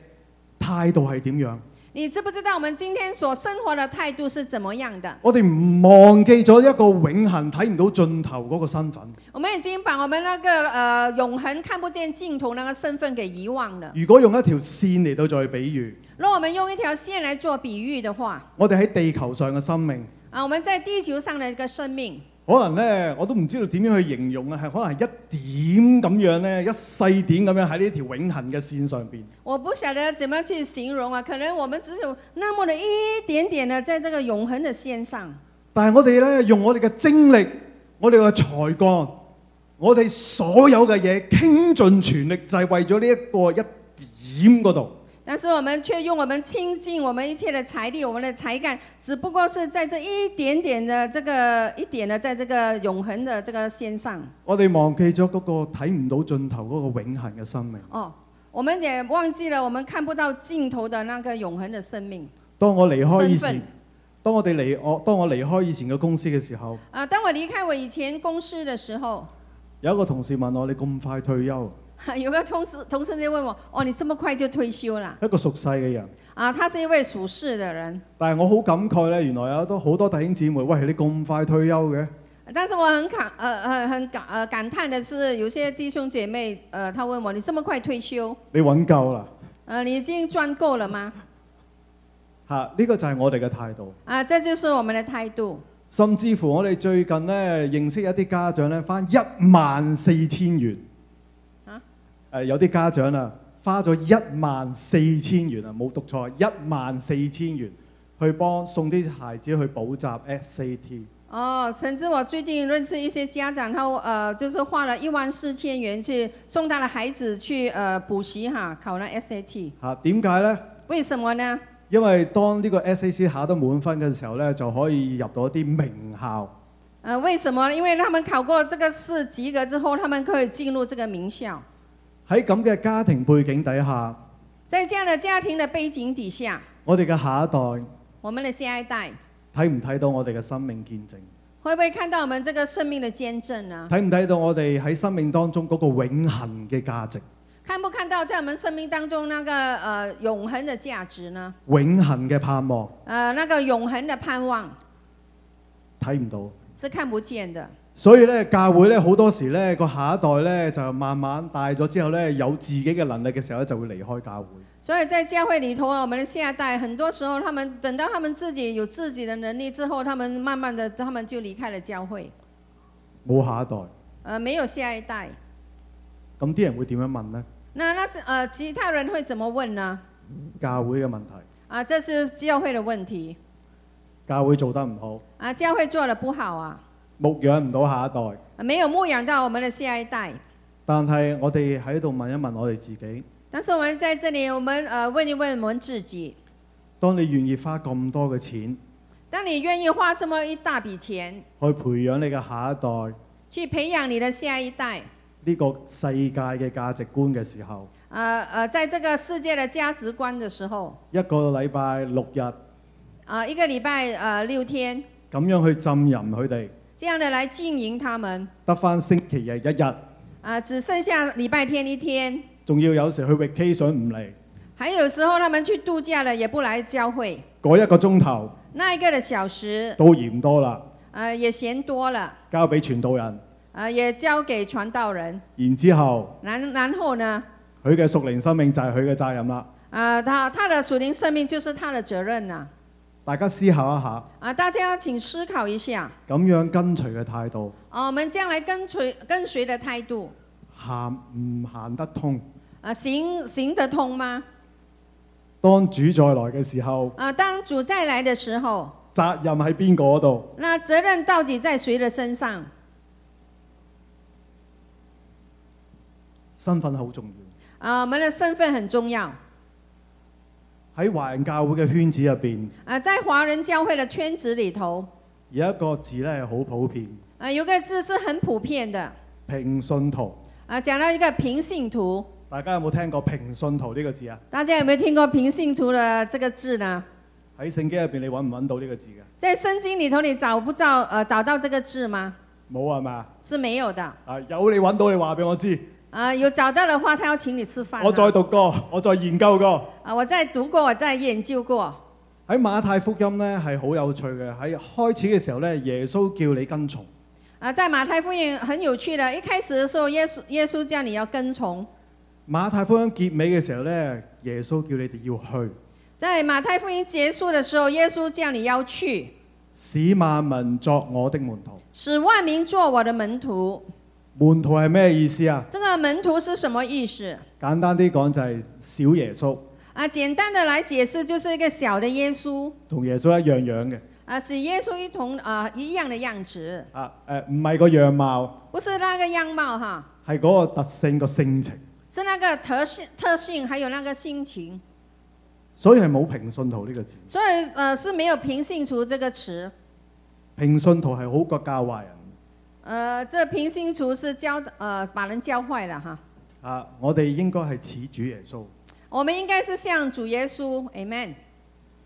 Speaker 3: 態度係點樣？
Speaker 2: 你知不知道我们今天所生活的态度是怎么样的？
Speaker 3: 我哋唔忘記咗一個永恆睇唔到盡頭嗰個身份。
Speaker 2: 我们已经把我们那个呃永恒看不见尽头那个身份给遗忘了。
Speaker 3: 如果用一條線嚟到再比喻，
Speaker 2: 如果我们用一条线来做比喻的话，
Speaker 3: 我哋喺地球上嘅生命，
Speaker 2: 啊，我们在地球上的一个生命，
Speaker 3: 可能呢，我都唔知道點樣去形容啊，係可能係一點咁樣呢，一細點咁樣喺呢條永恆嘅線上邊。
Speaker 2: 我不晓得怎么去形容啊，可能我们只有那么的一点点的在这个永恒的线上，
Speaker 3: 但係我哋呢，用我哋嘅精力、我哋嘅才幹、我哋所有嘅嘢傾盡全力，就係為咗呢一個一點嗰度。
Speaker 2: 但是我们却用我们倾尽我们一切的财力，我们的才干，只不过是在这一点点的这个一点的在这个永恒的这个线上
Speaker 3: 我哋忘記咗嗰個睇唔到盡頭嗰個永恆嘅生命。
Speaker 2: 哦。我们也忘记了，我们看不到尽头的那个永恒的生命。
Speaker 3: 當我離開以
Speaker 2: 身份
Speaker 3: 前，當我哋離我當我離開以前嘅公司嘅時候，
Speaker 2: 啊、当我离开我以前公司的时候，
Speaker 3: 有一個同事問我：你咁快退休？啊
Speaker 2: 有个同事同事就问我：哦，你这么快就退休了？
Speaker 3: 一個熟世嘅人。
Speaker 2: 啊，他是一位属世的人，
Speaker 3: 但係我好感慨呢，原來有都好多弟兄姊妹，喂，你咁快退休嘅？
Speaker 2: 但是我很感呃呃很感呃感叹的是，有些弟兄姐妹呃，他问我：你这么快退休？
Speaker 3: 你揾夠啦
Speaker 2: 呃，你已经赚够了吗？
Speaker 3: 嚇！呢、個就係我哋嘅態度。
Speaker 2: 啊，这就是我们的态度。
Speaker 3: 甚至乎我哋最近呢，認識一啲家長呢，翻一萬四千元。
Speaker 2: 啊
Speaker 3: 誒有啲家長啊，花咗一萬四千元啊，冇讀錯，一萬四千元啊去幫送啲孩子去補習 SAT。
Speaker 2: 哦，甚至我最近认识一些家长，他呃就是花了一万四千元去送他的孩子去呃补习哈，考了 SAT，
Speaker 3: 嚇點解呢？
Speaker 2: 为什么呢？
Speaker 3: 因為當呢個 SAT 考得滿分嘅時候呢，就可以入到一啲名校。
Speaker 2: 呃，为什么？因为他们考过这个试及格之后，他们可以进入这个名校。
Speaker 3: 喺咁嘅家庭背景底下，
Speaker 2: 在这样的家庭的背景底下，
Speaker 3: 我哋嘅下一代
Speaker 2: 我们的下一代
Speaker 3: 睇唔睇到我哋嘅生命見證？
Speaker 2: 会不会看到我们这个生命的见证呢？
Speaker 3: 睇唔睇到我哋喺生命當中嗰個永恆嘅價值、
Speaker 2: 看不看到在我们生命当中那个呃永恒的价值呢？
Speaker 3: 永恆嘅盼望？
Speaker 2: 呃，那个永恒的盼望
Speaker 3: 睇唔到。
Speaker 2: 是看不见的。
Speaker 3: 所以咧，教會咧好多時咧個下一代咧就慢慢大咗之後咧，有自己嘅能力嘅時候咧，就會離開教會。
Speaker 2: 所以在教会里头啊，我们的下一代很多时候，他们等到他们自己有自己的能力之后，他们慢慢的，他们就离开了教会，
Speaker 3: 冇下一代，
Speaker 2: 呃，没有下一代。
Speaker 3: 咁啲人會點樣問呢？
Speaker 2: 那那是呃，其他人会怎么问呢？
Speaker 3: 教會嘅問題，
Speaker 2: 啊，这是教会的问题
Speaker 3: 教會做得唔好，
Speaker 2: 啊，教会做的不好啊，
Speaker 3: 牧養唔到下一代。
Speaker 2: 没有牧养到我们的下一代。
Speaker 3: 但係我哋喺度問一問我哋自己：，
Speaker 2: 但是我们在这里，我们呃问一问我们自己：
Speaker 3: 當你願意花咁多嘅錢
Speaker 2: 当你愿意花这么一大笔钱
Speaker 3: 去培養你嘅下一代
Speaker 2: 去培养你的下一代，
Speaker 3: 呢、個世界嘅價值觀嘅時候，
Speaker 2: 呃呃，在这个世界的价值观的时候，
Speaker 3: 一個禮拜六日
Speaker 2: 啊、一个礼拜呃六天，
Speaker 3: 咁樣去浸淫佢哋，
Speaker 2: 这样的来经营他们，
Speaker 3: 得翻星期日一日，
Speaker 2: 啊、只剩下礼拜天一天，
Speaker 3: 仲要有時去 vacation 唔嚟，
Speaker 2: 还有时候他们去度假了也不来教会，
Speaker 3: 嗰一個鐘頭
Speaker 2: 那一个的小时，
Speaker 3: 都嫌多啦，
Speaker 2: 呃，也嫌多了，
Speaker 3: 交俾傳道人。
Speaker 2: 呃，也交给传道人，
Speaker 3: 然之後，
Speaker 2: 然然后呢，
Speaker 3: 佢嘅屬靈生命就係佢嘅責任啦。
Speaker 2: 啊、他他的属灵生命就是他的责任了、
Speaker 3: 大家思考一下，
Speaker 2: 啊、大家请思考一下，
Speaker 3: 咁樣跟隨嘅態度
Speaker 2: 啊，我们将来跟随跟随的态度，
Speaker 3: 行唔行得通？
Speaker 2: 啊、行行得通吗？
Speaker 3: 當主再來嘅時候，
Speaker 2: 啊、当主再来的时候，
Speaker 3: 責任喺邊個嗰度？
Speaker 2: 那责任到底在谁的身上？
Speaker 3: 身份好重要。
Speaker 2: 啊、我们的身份很重要。
Speaker 3: 喺華人教會嘅圈子入邊，
Speaker 2: 啊，在华人教会的圈子里头，
Speaker 3: 有一個字咧係好普遍，
Speaker 2: 啊，有个字是很普遍的，
Speaker 3: 平信徒。
Speaker 2: 啊，講到一個平信徒，
Speaker 3: 大家有冇聽過平信徒呢個字啊？
Speaker 2: 大家有沒有聽過平信徒的這個字呢？
Speaker 3: 喺聖經入邊，你揾唔揾到呢個字嘅？
Speaker 2: 在聖經里頭，你找不到呃找到這個字嗎？
Speaker 3: 冇係嘛？
Speaker 2: 是沒有的。
Speaker 3: 啊，有你揾到，你話俾我知，
Speaker 2: 啊，有找到的話，他要請你吃飯啊。
Speaker 3: 我再讀過，我再研究過。
Speaker 2: 啊，我再讀過，我再研究過。
Speaker 3: 喺馬太福音呢係好有趣嘅，喺開始嘅時候呢，耶穌叫你跟從，
Speaker 2: 啊，在馬太福音很有趣的，一開始的時候，耶穌耶穌叫你要跟從。
Speaker 3: 馬太福音結尾嘅時候呢，耶穌叫你哋要去，
Speaker 2: 在馬太福音結束的時候，耶穌叫你要去，
Speaker 3: 使萬民作我的門徒。
Speaker 2: 使萬民做我的門徒。
Speaker 3: 門徒係咩意思啊？
Speaker 2: 这个门徒是什么意思？
Speaker 3: 簡單啲講就係小耶穌，
Speaker 2: 啊，简单的来解释，就是一个小的耶稣，
Speaker 3: 同耶穌一樣樣嘅。
Speaker 2: 啊，使耶稣一同啊一樣的樣子，
Speaker 3: 啊誒，唔係個樣貌，
Speaker 2: 不是那個樣貌哈，
Speaker 3: 係嗰個特性個性情，
Speaker 2: 是那個特性特性，還有那個心情。
Speaker 3: 所以係冇平信徒呢個字。
Speaker 2: 所以呃是没有平信徒这个詞，
Speaker 3: 平信徒係好過教壞人
Speaker 2: 呃，这平信徒是教呃把人教壞了哈，
Speaker 3: 啊，我哋應該係似主耶穌。
Speaker 2: 我们应该是像主耶稣，Amen。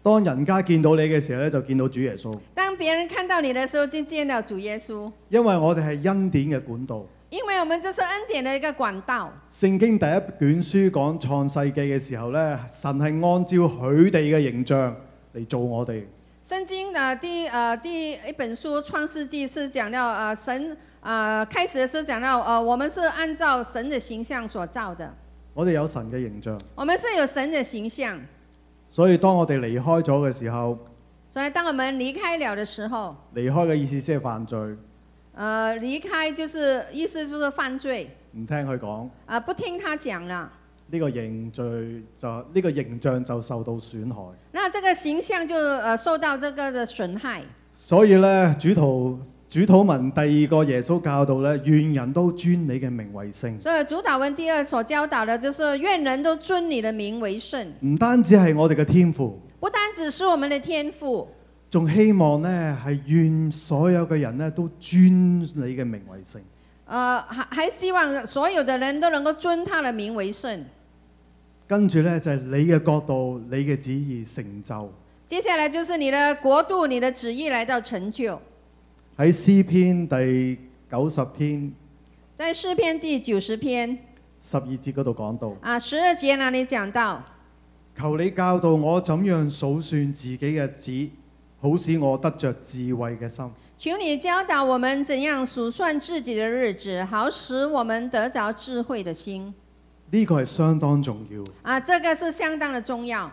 Speaker 3: 當人家見到你嘅時候咧，就見到主耶穌，
Speaker 2: 当别人看到你的时候，就见到主耶稣，
Speaker 3: 因為我哋係恩典嘅管道。
Speaker 2: 因为我们这是恩典的一个管道。
Speaker 3: 聖經第一卷書講創世記嘅時候咧，神係按照佢哋嘅形象嚟做我哋。
Speaker 2: 圣经的第呃第一本书《创世纪》是讲到呃神呃开始的时候讲到呃我们是按照神的形象所造的，
Speaker 3: 我哋有神嘅形象，
Speaker 2: 我们是有神的形象，
Speaker 3: 所以當我哋離開咗嘅時候，
Speaker 2: 所以当我们离开了的时候，
Speaker 3: 離開嘅意思即係犯罪，
Speaker 2: 呃离开就是意思就是犯罪，
Speaker 3: 唔聽佢講，
Speaker 2: 啊不听他讲了，
Speaker 3: 呢、個形罪就呢、個形象就受到損害。
Speaker 2: 那这个形象就呃受到这个的损害。
Speaker 3: 所以咧，主徒主土文第二個耶穌教導咧，願人都尊你嘅名為聖。
Speaker 2: 所以主导文第二所教导的就是愿人都尊你的名为圣，
Speaker 3: 唔單止係我哋嘅天賦，
Speaker 2: 不单只是我们的天赋，
Speaker 3: 仲希望咧係願所有嘅人咧都尊你嘅名為聖。
Speaker 2: 呃，还还希望所有的人都能够尊他的名为圣。
Speaker 3: 跟住咧就係、你嘅角度、你嘅旨意成就。
Speaker 2: 接下来就是你的国度、你的旨意来到成就。
Speaker 3: 喺詩篇第九十篇
Speaker 2: 在诗篇第九十篇
Speaker 3: 十二節嗰度講到：
Speaker 2: 啊十二节那里讲到，
Speaker 3: 求你教導我怎樣數算自己嘅子，好使我得着智慧嘅心。
Speaker 2: 求你教导我们怎样数算自己的日子，好使我们得着智慧的心。
Speaker 3: 呢、個係相當重要。
Speaker 2: 啊，这个是相当的重要。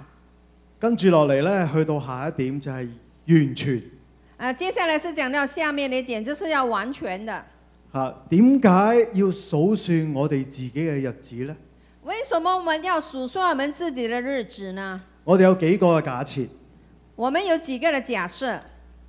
Speaker 3: 跟住落嚟呢，去到下一點就係完全
Speaker 2: 啊，接下来是讲到下面的一点，就是要完全的。
Speaker 3: 嚇。啊點解要數算我哋自己嘅日子呢？
Speaker 2: 为什么我们要数算我们自己的日子呢？
Speaker 3: 我哋有幾個嘅假設。
Speaker 2: 我们有几个的假设，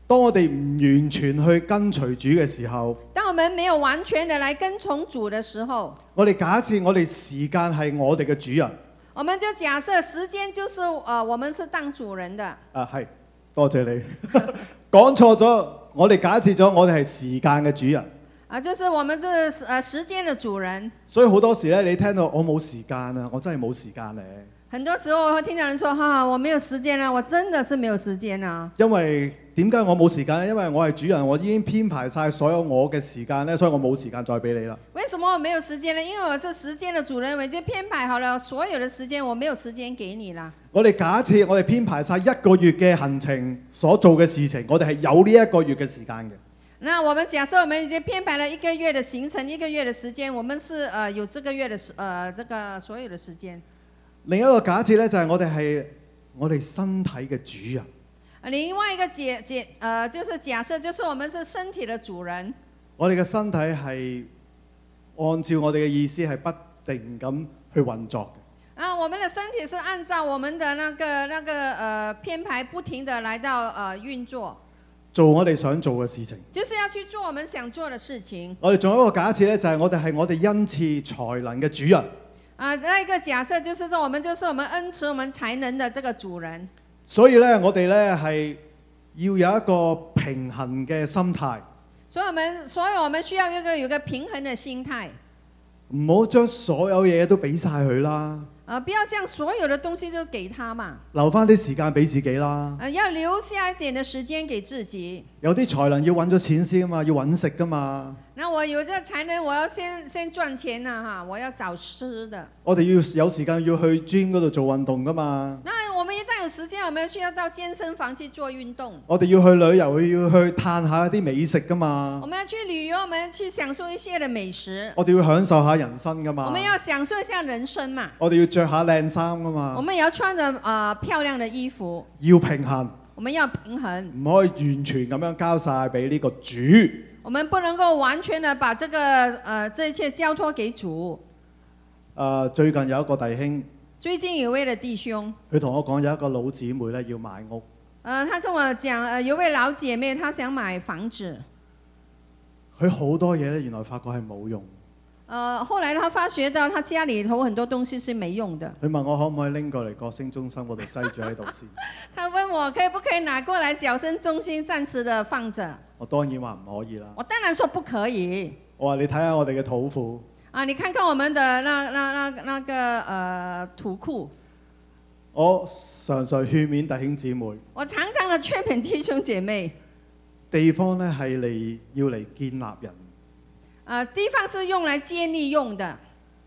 Speaker 3: 當我哋唔完全去跟隨主嘅時候，
Speaker 2: 当我们没有完全的来跟从主的时候，
Speaker 3: 我哋假設我哋時間係我哋嘅主人。
Speaker 2: 我们就假设时间就是呃，我们是当主人的。
Speaker 3: 啊，係，多謝你。 講錯咗，我哋假設咗我哋係時間嘅主人，
Speaker 2: 啊，就是我们是呃时间的主人。
Speaker 3: 所以好多時呢，你聽到我冇時間啊，我真係冇時間咧，
Speaker 2: 很多时候我会听到人说：“哈、我没有时间了，我真的是没有时间了。
Speaker 3: 因為點解我冇時間呢？因為我係主人，我已經編排晒所有我嘅時間呢，所以我冇時間再俾你啦。
Speaker 2: 为什么我没有时间呢？因为我是时间的主人，我已经编排好了所有的时间，我没有时间给你了。
Speaker 3: 我哋假設我哋編排晒一個月嘅行程所做嘅事情，我哋係有呢一個月嘅時間嘅。
Speaker 2: 那我们假设我们已经编排了一个月的行程，一个月的时间，我们是呃有这个月的时呃这个所有的时间。
Speaker 3: 另一個假設呢，就係我哋係我哋身體嘅主人。
Speaker 2: 呃另外一个解解呃就是假设就是我们是身体的主人，
Speaker 3: 我哋嘅身體係按照我哋嘅意思係不定咁去運作嘅。
Speaker 2: 啊，我们的身体是按照我们的那个那个呃编排，不停的来到呃运作，
Speaker 3: 做我哋想做嘅事情。
Speaker 2: 就是要去做我们想做的事情。
Speaker 3: 我哋仲有一個假設咧，就係我哋係我哋恩賜才能嘅主人。
Speaker 2: 啊，那一个假设就是说，我们就是我们恩慈、我们才能的这个主人。
Speaker 3: 所以咧，我哋咧係要有一個平衡嘅心態，
Speaker 2: 所以，我们所以我们需要一个有一个平衡的心态，
Speaker 3: 唔好將所有嘢都俾晒佢啦，
Speaker 2: 啊，不要将所有的东西就给他嘛，
Speaker 3: 留翻啲時間俾自己啦。
Speaker 2: 啊，要留下一点的时间给自己。
Speaker 3: 有啲才能要揾咗錢先啊嘛，要揾食噶嘛。
Speaker 2: 那我有这才能，我要先先赚钱呐、哈，我要找吃的。
Speaker 3: 我哋要有時間要去 gym 嗰度做運動噶嘛。
Speaker 2: 那我们一旦有时间，我们需要到健身房去做运动。
Speaker 3: 我哋要去旅遊，要去嘆下啲美食噶嘛
Speaker 2: 我。们要去旅游，我们去享受一些的美食，
Speaker 3: 我哋要享受下人生噶嘛。
Speaker 2: 我们要享受一下人生嘛。
Speaker 3: 我哋要着下靚衫噶
Speaker 2: 我
Speaker 3: 嘛。
Speaker 2: 们也要穿着呃漂亮的衣服，
Speaker 3: 要平衡，
Speaker 2: 我们要平衡，
Speaker 3: 唔可以完全咁樣交晒俾呢個主。
Speaker 2: 我们不能够完全的把这个呃这一切交托给主。
Speaker 3: 啊、最近有一個弟兄，
Speaker 2: 最近有位的弟兄，
Speaker 3: 佢同我講有一個老姊妹咧要買屋，
Speaker 2: 呃，他跟我讲，呃，有位老姐妹她想买房子，
Speaker 3: 佢好多嘢咧原來發覺係冇用。
Speaker 2: 呃，后来她发觉到她家里头很多东西是没用的，
Speaker 3: 佢問我可唔可以拎過嚟國星中心嗰度擠住喺度先？
Speaker 2: 她问我可以不可以拿过来矫正中心暂时的放着，
Speaker 3: 我當然話唔可以啦。
Speaker 2: 我当然说不可以。
Speaker 3: 我話你睇下我哋嘅土庫，
Speaker 2: 啊、啊，你看看我们的那那那那个呃图库，
Speaker 3: 我常常勸勉弟兄姊妹，
Speaker 2: 我常常的劝勉弟兄姐妹，
Speaker 3: 地方呢係嚟要嚟建立人，
Speaker 2: 啊，地方是用來建立用的，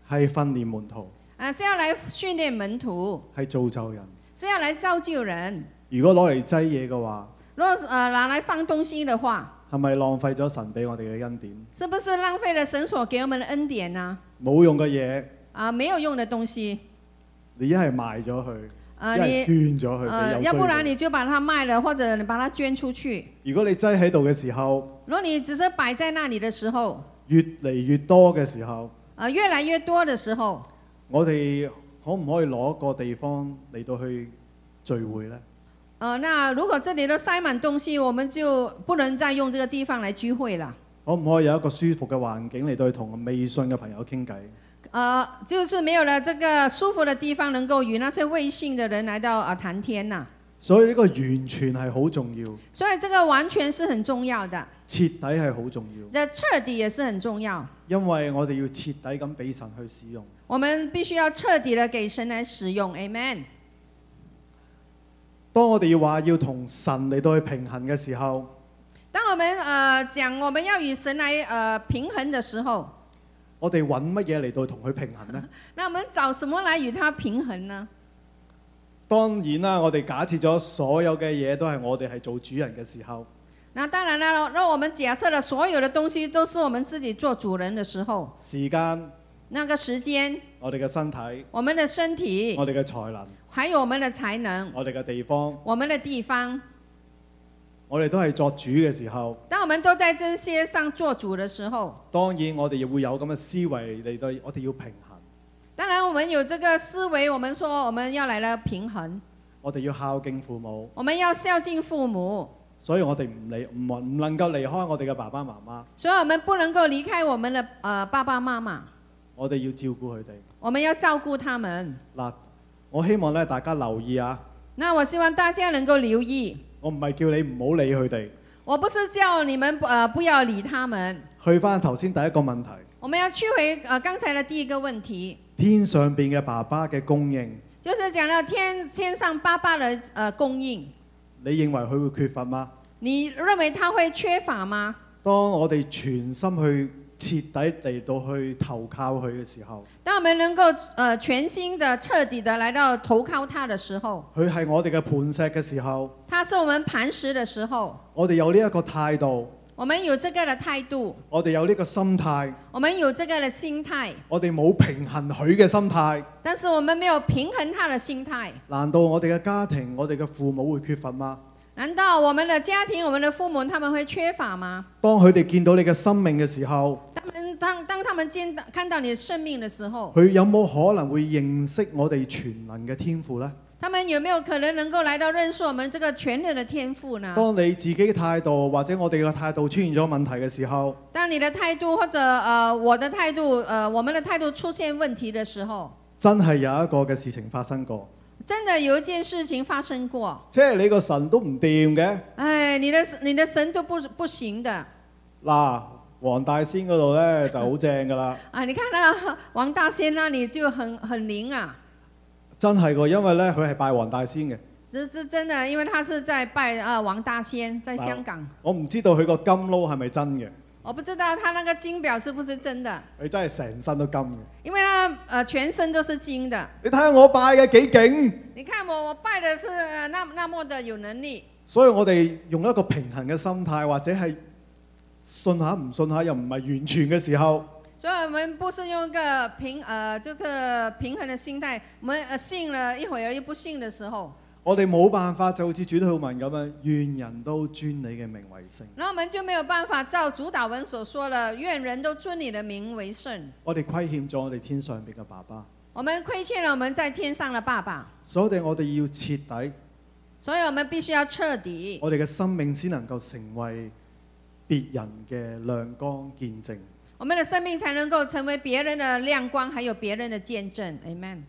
Speaker 3: 係訓練門徒，
Speaker 2: 啊，是要來訓練門徒，
Speaker 3: 係造就人。
Speaker 2: 是要來造就人。
Speaker 3: 如果攞嚟擠嘢嘅話，
Speaker 2: 如果呃拿來放東西的話，
Speaker 3: 係咪浪費咗神俾我哋嘅恩典？
Speaker 2: 是不是浪費了神所給我們的恩典呢、
Speaker 3: 冇用嘅嘢，
Speaker 2: 啊？沒有用的東西，
Speaker 3: 你一係賣咗佢，
Speaker 2: 啊，
Speaker 3: 一係
Speaker 2: 你
Speaker 3: 捐咗佢俾
Speaker 2: 呃，
Speaker 3: 有
Speaker 2: 要
Speaker 3: 需
Speaker 2: 不
Speaker 3: 要
Speaker 2: 然
Speaker 3: 嘅。
Speaker 2: 你就把它賣了，或者你把它捐出去。
Speaker 3: 如果你擠喺度嘅時候，
Speaker 2: 如果你只是擺在那裡的時候，
Speaker 3: 越嚟越多嘅時候，
Speaker 2: 呃，越來越多的時候，
Speaker 3: 我哋可唔可以攞個地方嚟到去聚會呢？
Speaker 2: 呃，那如果這裡都塞滿東西，我們就不能再用這個地方來聚會了。
Speaker 3: 可唔可以有一個舒服嘅環境嚟到去同未信嘅朋友傾偈？
Speaker 2: 呃，就是沒有了這個舒服的地方，能夠與那些未信的人來到啊、呃談天呐、
Speaker 3: 所以呢個完全係好重要，
Speaker 2: 所以這個完全是很重要的，
Speaker 3: 徹底係好重要，
Speaker 2: 這徹底也是很重要。
Speaker 3: 因為我哋要徹底咁俾神去使用。
Speaker 2: 我們必須要徹底的給神來使用，Amen。
Speaker 3: 當我哋話要同神嚟到去平衡嘅時候，
Speaker 2: 當我們呃講我們要與神來呃平衡的時候，
Speaker 3: 我哋揾乜嘢嚟到同佢平衡呢？
Speaker 2: 那我們找什麼來與它平衡呢？
Speaker 3: 當然啦，我哋假設咗所有嘅嘢都係我哋係做主人嘅時候，
Speaker 2: 那當然了，那我們假設了所有的東西都是我們自己做主人的時候，
Speaker 3: 時間、
Speaker 2: 那個時間、
Speaker 3: 我哋嘅身體、
Speaker 2: 我們的身體，
Speaker 3: 我哋嘅才能、
Speaker 2: 還有我們的才能、
Speaker 3: 我哋嘅地方，
Speaker 2: 我們的地方。
Speaker 3: 我哋都係作主嘅時候，
Speaker 2: 当我们都在这些上做主的時候，
Speaker 3: 當然我哋會有咁嘅思維嚟到，我哋要平衡，
Speaker 2: 當然我們有這個思維，我們說我們要來了平衡，
Speaker 3: 我哋要孝敬父母。
Speaker 2: 我們要孝敬父母，
Speaker 3: 所以我哋唔離唔唔能夠離開我哋嘅爸爸媽媽，
Speaker 2: 所以我們不能夠離開我們的呃爸爸媽媽，
Speaker 3: 我哋要照顧佢哋。
Speaker 2: 我們要照顧他們。
Speaker 3: 嗱，我希望咧大家留意啊，
Speaker 2: 那我希望大家能夠留意，
Speaker 3: 我唔係叫你唔好理佢哋。
Speaker 2: 我不是叫你們呃不要理他們，
Speaker 3: 去翻頭先第一個問題，
Speaker 2: 我們要去回呃剛才的第一個問題，
Speaker 3: 天上邊嘅爸爸嘅供應，
Speaker 2: 就是講到天天上爸爸的呃供應，
Speaker 3: 你認為佢會缺乏嗎？
Speaker 2: 你認為他會缺乏嗎？
Speaker 3: 當我哋全心去徹底嚟到去投靠佢嘅時候，
Speaker 2: 当我们能够呃全新的、彻底的来到投靠他的时候，
Speaker 3: 佢係我哋嘅磐石嘅時候，
Speaker 2: 他是我们磐石的时候，
Speaker 3: 我哋有呢一個態度，
Speaker 2: 我們有这个的态度，
Speaker 3: 我哋有呢個心態，
Speaker 2: 我们有这个的心态，
Speaker 3: 我哋冇平衡佢嘅心態，
Speaker 2: 但是我们没有平衡他的心态。
Speaker 3: 難道我哋嘅家庭、我哋嘅父母會缺乏嗎？
Speaker 2: 难道我们的家庭、我们的父母他们会缺乏吗？
Speaker 3: 當佢哋見到你嘅生命嘅時候，
Speaker 2: 他们当当他们见到看到你的生命的时候，
Speaker 3: 佢有冇可能會認識我哋全能嘅天賦呢？
Speaker 2: 他们有没有可能能够来到认识我们这个全能的天赋呢？
Speaker 3: 當你自己嘅態度或者我哋嘅態度出現咗問題嘅時候，
Speaker 2: 当你的态度或者呃我的态度呃我们的态度出现问题的时候，
Speaker 3: 真係有一個嘅事情發生過，
Speaker 2: 真的有一件事情发生过。
Speaker 3: 即係你個神都唔掂嘅。
Speaker 2: 哎，你的你的神都不不行的
Speaker 3: 嗱，黃大仙嗰度呢就好正㗎啦，
Speaker 2: 啊！你看那、王大仙那里就很很灵啊，
Speaker 3: 真係個，因為呢，佢係拜黃大仙嘅。
Speaker 2: 这这真的，因为他是在拜啊、王大仙，在香港，
Speaker 3: 我唔知道佢個金撈係咪真嘅，
Speaker 2: 我不知道他那个金表是不是真的，
Speaker 3: 佢真係成身都金嘅。
Speaker 2: 因为他呃全身都是金的。
Speaker 3: 你睇下我拜嘅幾勁，
Speaker 2: 你看我我拜的是呃那那么的有能力，
Speaker 3: 所以我哋用一個平衡嘅心態，或者係信下唔信下，又唔係完全嘅時候，
Speaker 2: 所以我们不是用一个平呃这个平衡的心态，我们呃信了一会儿又不信的时候，
Speaker 3: 我哋冇辦法就好似主禱文咁樣，願人都尊你嘅名為聖。
Speaker 2: 然后我们就没有办法照主导文所说的，愿人都尊你的名为圣。
Speaker 3: 我哋虧欠咗我哋天上邊嘅爸爸，
Speaker 2: 我们亏欠了我们在天上的爸爸，
Speaker 3: 所以我哋我哋要徹底，
Speaker 2: 所以我们必须要彻底，
Speaker 3: 我哋嘅生命先能夠成為別人嘅亮光見證。
Speaker 2: 我们的生命才能够成为别人的亮光，还有別人的见证。Amen。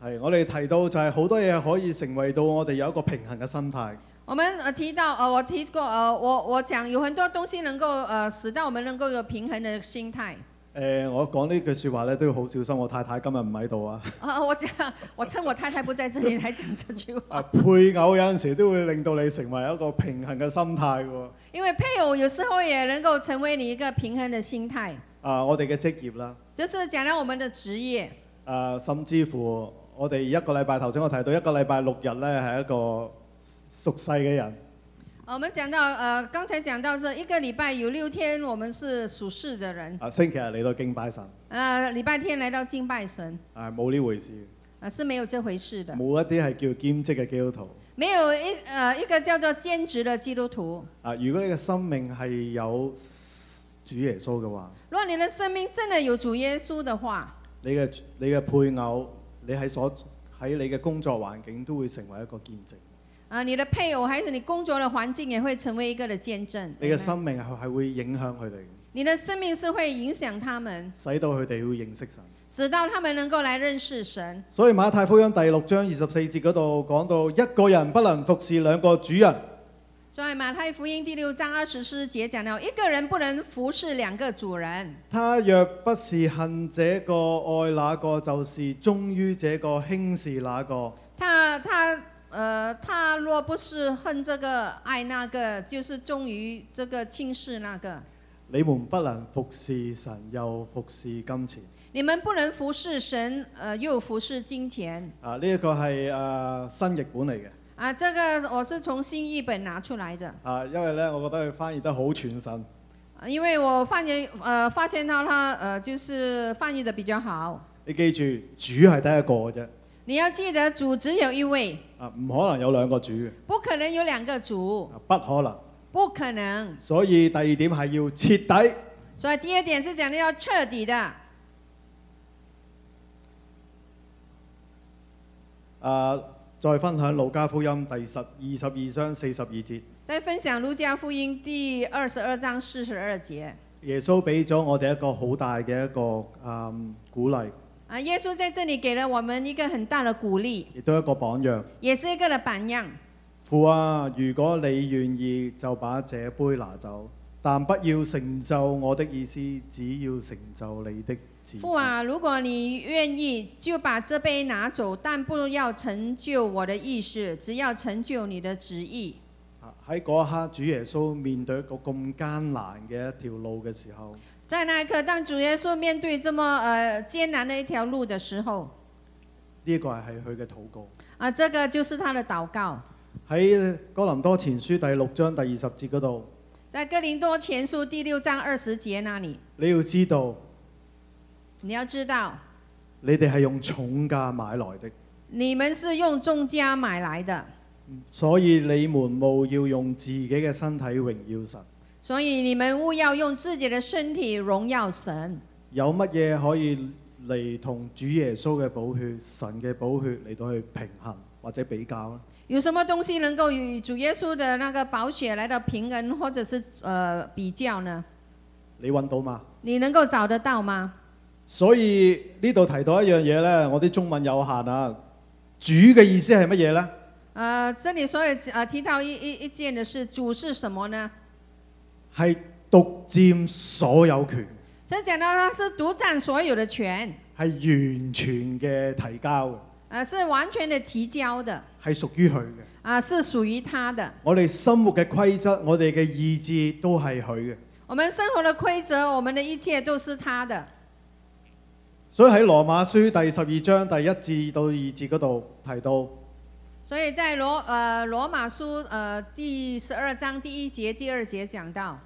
Speaker 3: 係，我哋提到就係好多嘢可以成為到我哋有一個平衡嘅心態。
Speaker 2: 我们呃提到呃，我提過呃，我我讲有很多东西能够呃使到我们能够有平衡的心态。
Speaker 3: 誒、誒，我講呢句説話咧都要好小心。我太太今日唔喺度啊。
Speaker 2: 啊，我这样，我趁我太太不在这里来讲这句话，
Speaker 3: 啊，配偶有陣時都會令到你成為一個平衡嘅心態喎。
Speaker 2: 因为配偶有时候也能够成为你一个平衡的心态，
Speaker 3: 啊，我哋嘅職業啦，
Speaker 2: 就是讲到我们的职业，
Speaker 3: 啊，甚至乎我哋一個禮拜頭先我提到一個禮拜六日咧係一個熟世嘅人。
Speaker 2: 啊我们讲到呃，刚才讲到这一个礼拜有六天我们是属世的人，
Speaker 3: 啊，星期日嚟到敬拜神，
Speaker 2: 呃，禮拜天來到敬拜神，
Speaker 3: 啊冇呢回事，
Speaker 2: 啊是沒有這回事的，
Speaker 3: 冇一啲係叫兼職嘅基督徒。
Speaker 2: 沒有一呃一個叫做兼職的基督徒。
Speaker 3: 啊，如果你嘅生命係有主耶穌嘅話，
Speaker 2: 如果你的生命真的有主耶穌的話，
Speaker 3: 你嘅你嘅配偶，你喺所喺你嘅工作環境都會成為一個見證。
Speaker 2: 啊、你的配偶還是你工作的環境也會成為一個的見證。
Speaker 3: 你嘅生命係係會影響佢哋，
Speaker 2: 你的生命是會影響他們，
Speaker 3: 使到佢哋會認識神。
Speaker 2: 直到他們能夠來認識神。
Speaker 3: 所以馬太福音第六章二十四節嗰度講到，一個人不能服侍兩個主人。
Speaker 2: 所以馬太福音第六章二十四節講到，一個人不能服侍兩個主人，
Speaker 3: 他若不是恨這個愛那個，就是忠於這個輕視那個。
Speaker 2: 他他呃他若不是恨這個愛那個，就是忠於這個輕視那個。
Speaker 3: 你們不能服侍神又服侍金錢。
Speaker 2: 你們不能服侍神，呃，又服侍金錢
Speaker 3: 啊，呢、一個係誒新譯本嚟嘅。
Speaker 2: 啊。這個我是從新譯本拿出來的，
Speaker 3: 啊，因為咧，我覺得佢翻譯得好傳神。
Speaker 2: 啊因為我發現呃發現到他呃就是翻譯的比較好。
Speaker 3: 你記住，主係得一個嘅啫。
Speaker 2: 你要記得主只有一位，
Speaker 3: 啊，唔可能有兩個主嘅，
Speaker 2: 不可能有兩個主，
Speaker 3: 啊不可能。
Speaker 2: 不可能。
Speaker 3: 所以第二點係要徹底。
Speaker 2: 所以第二點是講的要徹底的。
Speaker 3: 啊，再分享《路加福音》第十二十二章四十二節，
Speaker 2: 再分享《路加福音》第二十二章四十二節
Speaker 3: 耶穌俾咗我哋一個好大嘅一個啊、嗯鼓勵，
Speaker 2: 啊，耶穌在這裡給了我們一個很大的鼓勵，
Speaker 3: 亦都一個榜樣。
Speaker 2: 也是一個的榜樣。
Speaker 3: 父啊，如果你願意，就把這杯拿走，但不要成就我的意思，只要成就你的旨意。
Speaker 2: 父啊，如果你愿意，就把这杯拿走，但不要成就我的意思，只要成就你的旨意。
Speaker 3: 啊！喺嗰一刻，主耶穌面對一個咁艱難嘅一條路嘅時候，
Speaker 2: 在那一刻，当主耶稣面对这么呃艰难的一条路的时候，
Speaker 3: 呢、一個係係佢嘅禱告。
Speaker 2: 啊，这个就是他的祷告。
Speaker 3: 喺哥林多前書第六章第二十節嗰度，
Speaker 2: 在哥林多前书第六章二十节那里，
Speaker 3: 你要知道，
Speaker 2: 你要知道，
Speaker 3: 你哋係用重價買來的，
Speaker 2: 你们是用重价买来的，
Speaker 3: 所以你們務要用自己嘅身體榮耀神。
Speaker 2: 所以你们勿要用自己的身体荣耀神。
Speaker 3: 有乜嘢可以嚟同主耶穌嘅寶血、神嘅寶血嚟到去平衡或者比較呢？
Speaker 2: 有什么东西能够与主耶稣的那个宝血来到平衡，或者是呃比较呢？
Speaker 3: 你揾到嘛？
Speaker 2: 你能够找得到吗？
Speaker 3: 所以呢度提到一樣嘢呢，我啲中文有限啊。主嘅意思係乜嘢呢？
Speaker 2: 呃，这里所有呃提到一一一件的是主是什么呢？
Speaker 3: 係獨佔所有權，
Speaker 2: 这讲到他是独占所有的权，
Speaker 3: 係完全嘅提交嘅，
Speaker 2: 呃，是完全的提交的，
Speaker 3: 係屬於佢嘅。
Speaker 2: 啊、是属於他的。
Speaker 3: 我哋生活嘅規則，我哋嘅意志都係佢嘅。
Speaker 2: 我们生活的规则，我们的一切都是他的。
Speaker 3: 所以喺羅馬書第十二章第一至到二節嗰度提到，
Speaker 2: 所以在罗呃罗马书呃第十二章第一节、第二节讲到，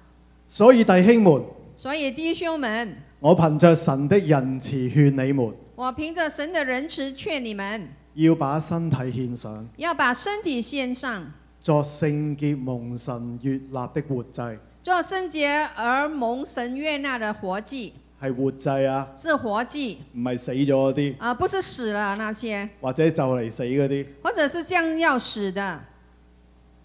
Speaker 3: 所以弟兄們，
Speaker 2: 所以弟兄们，
Speaker 3: 我憑着神的仁慈勸你們，
Speaker 2: 我凭着神的仁慈劝你们，
Speaker 3: 要把身體獻上，
Speaker 2: 要把身体献上，
Speaker 3: 作聖潔蒙神悅納的活祭，
Speaker 2: 做圣洁而蒙神悦纳的活祭，
Speaker 3: 係活祭啊，
Speaker 2: 是活祭
Speaker 3: 唔係死咗嗰啲，
Speaker 2: 啊、不是死了那些，
Speaker 3: 或者就嚟死嗰啲。
Speaker 2: 或者是将要死的，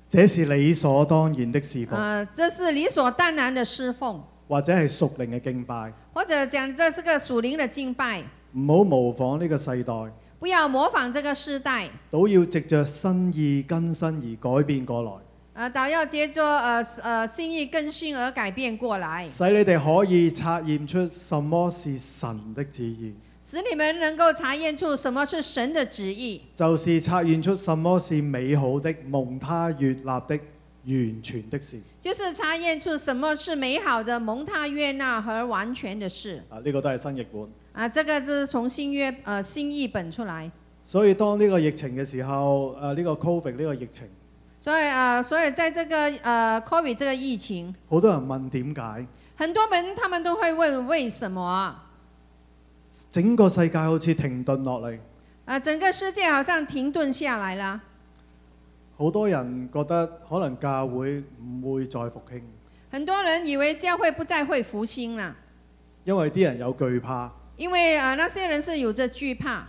Speaker 3: 這是理所當然的侍奉，
Speaker 2: 呃，这是理所当然的侍奉，
Speaker 3: 或者係屬靈嘅敬拜。
Speaker 2: 或者讲这是个属灵的敬拜，
Speaker 3: 唔好模仿呢個世代，
Speaker 2: 不要模仿这个世代，
Speaker 3: 倒要藉着新意更新而改變過來。
Speaker 2: 啊、呃，祷要接着呃呃心意更新而改变过来，
Speaker 3: 使你哋可以察驗出什麼是神的旨意，
Speaker 2: 使你们能够查验出什么是神的旨意，
Speaker 3: 就是察驗出什麼是美好的、蒙他悦納的、完全的事。
Speaker 2: 就是查验出什么是美好的、蒙他悦纳和完全的事。
Speaker 3: 啊，呢、個都係新譯本。
Speaker 2: 啊、这个就是从新约呃新译本出来。
Speaker 3: 所以當呢個疫情嘅時候，誒、啊呢、個 Covid 呢個疫情，
Speaker 2: 所以呃，所以在这个呃 COVID 这个疫情，
Speaker 3: 好多人問點解
Speaker 2: 很多人他们都会问为什么啊、
Speaker 3: 整個世界好似停頓落嚟，
Speaker 2: 呃？整个世界好像停顿下来了，
Speaker 3: 好多人覺得可能教會唔會再復興，
Speaker 2: 很多人以为教会不再会复兴了，
Speaker 3: 因為啲人有懼怕。
Speaker 2: 因为呃那些人是有着惧怕。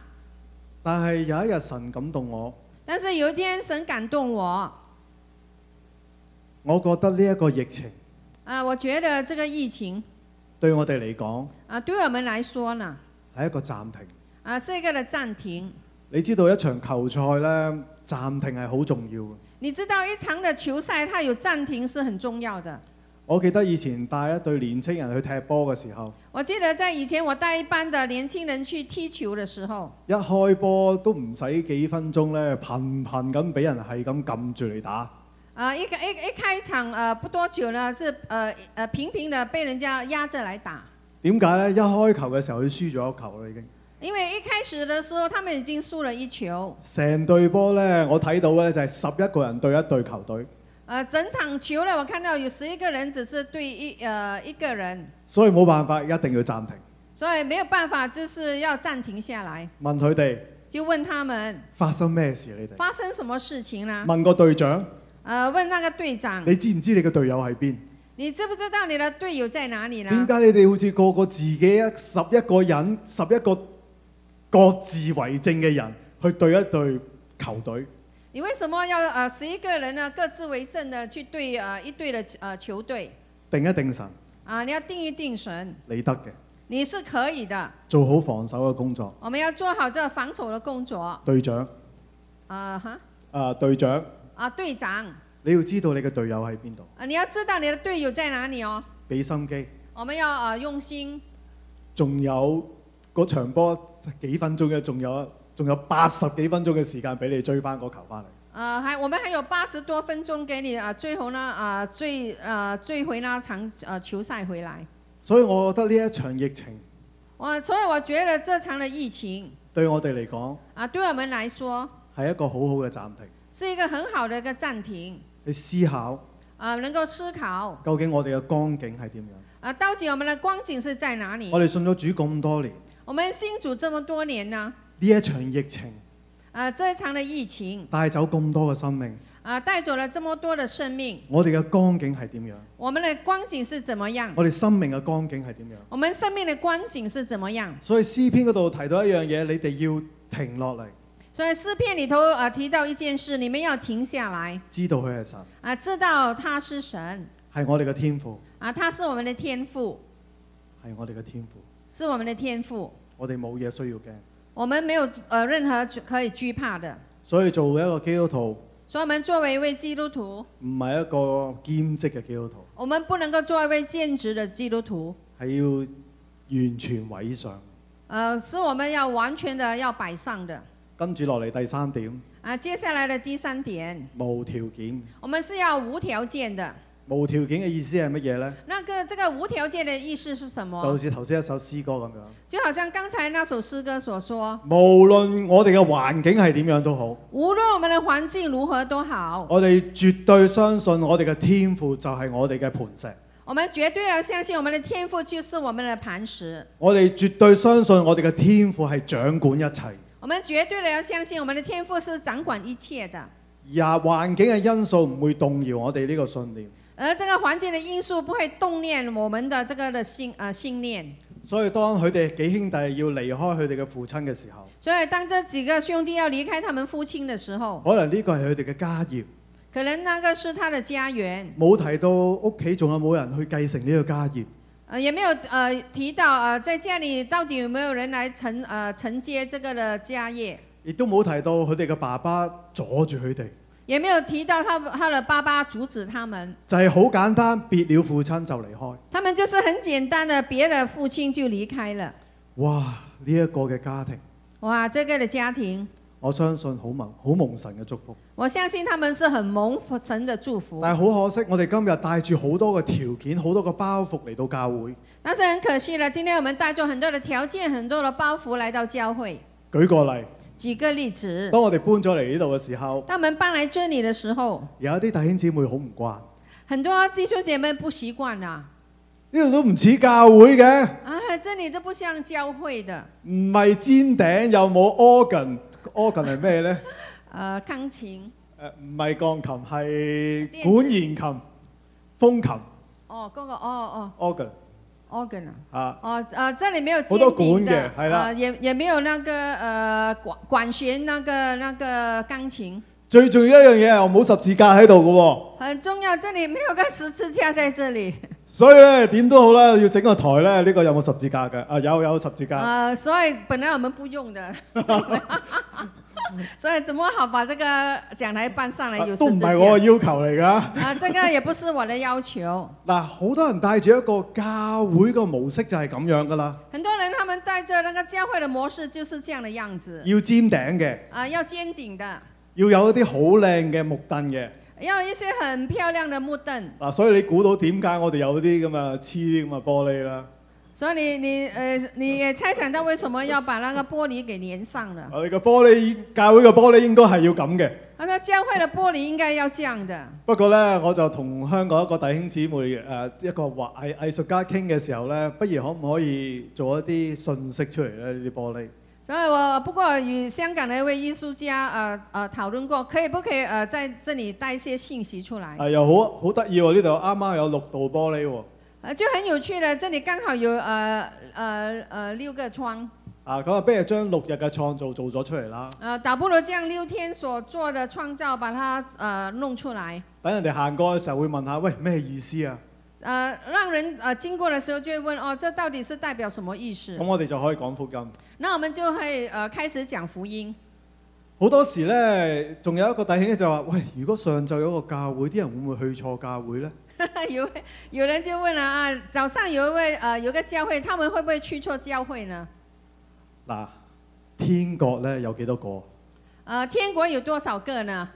Speaker 3: 但係有一日神感動我，
Speaker 2: 但是有一天神感动我，啊、
Speaker 3: 我覺得呢一個疫情
Speaker 2: 啊我觉得这个疫情
Speaker 3: 對我哋嚟講
Speaker 2: 啊、对我们来说呢，
Speaker 3: 係一個暫停。
Speaker 2: 啊、是一个的暂停。
Speaker 3: 你知道一場球賽呢，暫停係好重要嘅。
Speaker 2: 你知道一场的球赛它有暂停是很重要的。
Speaker 3: 我記得以前帶一隊年青人去踢波嘅時候，
Speaker 2: 我记得在以前我带一班的年轻人去踢球的时候，
Speaker 3: 一開波都唔使幾分鐘呢，頻頻咁俾人係咁撳住嚟打。
Speaker 2: 啊，一开一一开场呃不多久呢，是呃呃平平的被人家压着来打，
Speaker 3: 點解呢？一開球嘅時候佢輸咗一球啦，已經。
Speaker 2: 因为一开始的时候他们已经输了一球，
Speaker 3: 成隊波呢，我睇到嘅呢就係十一個人對一隊球隊，
Speaker 2: 呃整场球呢我看到有十一个人只是对一呃一个人，
Speaker 3: 所以冇辦法，一定要暫停。
Speaker 2: 所以没有办法就是要暂停下来，
Speaker 3: 問佢哋
Speaker 2: 就问他们
Speaker 3: 發生咩事？你哋
Speaker 2: 发生什么事情啦，
Speaker 3: 問個隊長，
Speaker 2: 呃问那个队长，
Speaker 3: 你知唔知你嘅隊友喺邊？
Speaker 2: 你知不知道你的队友在哪里
Speaker 3: 點
Speaker 2: 呢？
Speaker 3: 解你哋好似個個自己一十一個人，十一個各自為政嘅人去對一隊球隊？
Speaker 2: 你为什么要呃十一个人呢各自为政的去对呃一队的呃球队
Speaker 3: 定一定神，
Speaker 2: 啊、你要定一定神。
Speaker 3: 你得嘅，
Speaker 2: 你是可以的。
Speaker 3: 做好防守嘅工作。
Speaker 2: 我們要做好这防守的工作。啊、
Speaker 3: 隊長，
Speaker 2: 哈
Speaker 3: 啊、隊長，
Speaker 2: 啊，队长，
Speaker 3: 你要知道你嘅隊友喺邊度，
Speaker 2: 啊，你要知道你的队友在哪里哦。
Speaker 3: 俾心機。
Speaker 2: 我們要呃用心。
Speaker 3: 仲有嗰場波幾分鐘嘅，仲有仲有八十幾分鐘嘅時間俾你追翻嗰球翻嚟。
Speaker 2: 呃，还我们还有八十多分钟给你啊、呃追回呢啊、呃追呃追回那场呃球赛回来。
Speaker 3: 所以我覺得呢一場疫情
Speaker 2: 我所以我覺得这场的疫情
Speaker 3: 對我哋嚟講
Speaker 2: 啊、对我们来說
Speaker 3: 係一個好好嘅暫停，
Speaker 2: 是一個很好的一個暫停
Speaker 3: 去思考
Speaker 2: 啊、呃能夠思考啊、
Speaker 3: 究竟我哋嘅光景係點樣。
Speaker 2: 呃到底我們的光景是在哪里
Speaker 3: 我？哋信咗主咁多年，
Speaker 2: 我們新主這麼多年呢，
Speaker 3: 呢一場疫情
Speaker 2: 啊、这一场的疫情。
Speaker 3: 帶走咁多嘅生命，
Speaker 2: 啊，带走了这么多的生命，
Speaker 3: 我哋嘅光景係點樣？
Speaker 2: 我们的光景是怎么样？
Speaker 3: 我哋生命嘅光景係點樣？
Speaker 2: 我们生命的光景是怎么样？
Speaker 3: 所以詩篇嗰度提到一樣嘢，你哋要停落嚟，
Speaker 2: 所以诗篇里头啊、呃提到一件事，你们要停下来
Speaker 3: 知道佢係神，
Speaker 2: 啊、知道他是神
Speaker 3: 係我哋嘅天賦，
Speaker 2: 啊、他是我们的天赋，
Speaker 3: 係我哋嘅天賦。
Speaker 2: 是我们的天赋，
Speaker 3: 我哋冇嘢需要驚。
Speaker 2: 我们没有呃任何可以惧怕的。
Speaker 3: 所以做一個基督徒
Speaker 2: 所以，我们作为一位基督徒，
Speaker 3: 唔係一個兼職嘅基督徒，
Speaker 2: 我们不能够做一位兼职的基督徒，
Speaker 3: 係要完全委上。
Speaker 2: 呃，是我们要完全的要摆上的。
Speaker 3: 跟住落嚟第三點，
Speaker 2: 啊、接下来的第三点，
Speaker 3: 無條件。
Speaker 2: 我們是要無條件的。
Speaker 3: 無條件嘅意思係乜嘢呢？
Speaker 2: 那个这个无条件的意思是什
Speaker 3: 就
Speaker 2: 么？
Speaker 3: 好似頭先一首詩歌咁樣，
Speaker 2: 就好像刚才那首诗歌所说，
Speaker 3: 無論我哋嘅環境係點樣都好，
Speaker 2: 无论我们的环境如何都好，
Speaker 3: 我哋絕對相信我哋嘅天賦就係我哋嘅磐石，
Speaker 2: 我们绝对要相信我们的天赋就是我们的磐石，
Speaker 3: 我哋絕對相信我哋嘅天賦係掌管一切。
Speaker 2: 我们绝对的要相信我们的天赋是掌管一切的，
Speaker 3: 而環境嘅因素唔會動搖我哋呢個信念。
Speaker 2: 而这个环境的因素不会动念我们的这个的信呃信念。
Speaker 3: 所以當佢哋幾兄弟要離開佢哋嘅父親嘅時候，
Speaker 2: 所以当这几个兄弟要离开他们父亲的时候，
Speaker 3: 可能呢個係佢哋嘅家業，
Speaker 2: 可能那个是他的家园，
Speaker 3: 冇提到屋企仲有冇人去繼承呢個家業。
Speaker 2: 呃也没有呃提到呃在家里到底有没有人来承呃承接这个的家业。
Speaker 3: 亦都冇提到佢哋嘅爸爸阻住佢哋，
Speaker 2: 也也没有提到他他的爸爸阻止他们，
Speaker 3: 就係好簡單，別了父親就離開。
Speaker 2: 他们就是很简单的，别了父亲就离开了。
Speaker 3: 哇！呢、一個嘅家庭，
Speaker 2: 哇，这个的家庭，
Speaker 3: 我相信好蒙好蒙神嘅祝福。
Speaker 2: 我相信他们是很蒙神的祝福，
Speaker 3: 但係好可惜，我哋今日帶住好多嘅條件、好多嘅包袱嚟到教會。
Speaker 2: 但是很可惜了，今天我们带着很多的条件、很多的包袱来到教会。
Speaker 3: 舉個例，
Speaker 2: 举个例子，
Speaker 3: 當我哋搬咗嚟呢度嘅時候，
Speaker 2: 当我们搬来这里的时候，
Speaker 3: 有一啲弟兄姊妹好唔慣，
Speaker 2: 很多弟兄姐妹不习惯啊啦，
Speaker 3: 呢度都唔似教會嘅，
Speaker 2: 啊，这里都不像教会的，
Speaker 3: 唔係尖頂，又冇 organ。organ 係咩呢？
Speaker 2: 呃，钢琴，
Speaker 3: 誒唔係鋼琴，係管弦琴、風琴
Speaker 2: 哦，嗰、个，哦
Speaker 3: organ
Speaker 2: 哦，organ 啊。
Speaker 3: 啊。
Speaker 2: 哦，呃，这里没有
Speaker 3: 好多
Speaker 2: 尖顶
Speaker 3: 管嘅係啦
Speaker 2: 呃也也没有那个呃管管弦那个那个钢琴，
Speaker 3: 最重要一樣嘢係我冇十字架喺度嘅喎。
Speaker 2: 很重要。这里没有个十字架在这里，
Speaker 3: 所以咧點都好啦，要整個台咧，呢、個有冇十字架嘅？ 啊有有十字架，
Speaker 2: 呃，所以本来我们不用的， 所以怎么好把这个讲台搬上来有
Speaker 3: 啊
Speaker 2: 十
Speaker 3: 都
Speaker 2: 字
Speaker 3: 唔
Speaker 2: 架
Speaker 3: 係我嘅要求嚟㗎。
Speaker 2: 啊，这个也不是我的要求。
Speaker 3: 嗱，好多人帶住一個教會嘅模式就係咁樣㗎啦，
Speaker 2: 很多人他们带着那个教会的模式就是这样的样子
Speaker 3: 要尖頂嘅，
Speaker 2: 啊、要尖顶的，
Speaker 3: 要有一啲好靚嘅木凳嘅。
Speaker 2: 要一些很漂亮的木凳。
Speaker 3: 嗱，所以你估到點解我哋有啲咁啊黐啲咁嘅玻璃啦？
Speaker 2: 所以你你呃，你也猜想到为什么要把那个玻璃给粘上了？
Speaker 3: 我哋嘅玻璃教會嘅玻璃應該係要咁嘅。
Speaker 2: 他说教会的玻璃应该要这样的。
Speaker 3: 不過呢，我就同香港一個弟兄姊妹誒、呃一個畫藝藝術家傾嘅時候呢，不如可唔可以做一啲信息出嚟呢？呢啲玻璃
Speaker 2: 所以我不过与香港的一位艺术家呃呃讨论过，可以不可以呃在这里带一些信息出来？
Speaker 3: 啊，又好好得意喎！呢度啱啱有六道玻璃喎，
Speaker 2: 呃，就很有趣的，这里刚好有呃呃呃六个窗，
Speaker 3: 啊咁啊，不如將六日嘅創造做咗出嚟啦，
Speaker 2: 呃，倒不如这样六天所做的创造把它呃弄出来，
Speaker 3: 等人哋行過嘅時候會問下，喂咩意思啊？
Speaker 2: 呃，让人呃经过的时候就会问哦，这到底是代表什么意思
Speaker 3: 咁？我哋就可以講福音。
Speaker 2: 那我们就会呃开始讲福音。
Speaker 3: 好多時呢，仲有一個弟兄就話：，喂，如果上晝有一個教會，啲人會唔會去錯教會呢？
Speaker 2: 有位有人就问了啊，早上有一位呃有个教会，他们会不会去错教会呢？
Speaker 3: 嗱，天國呢，有幾多個？
Speaker 2: 呃，天国有多少个呢？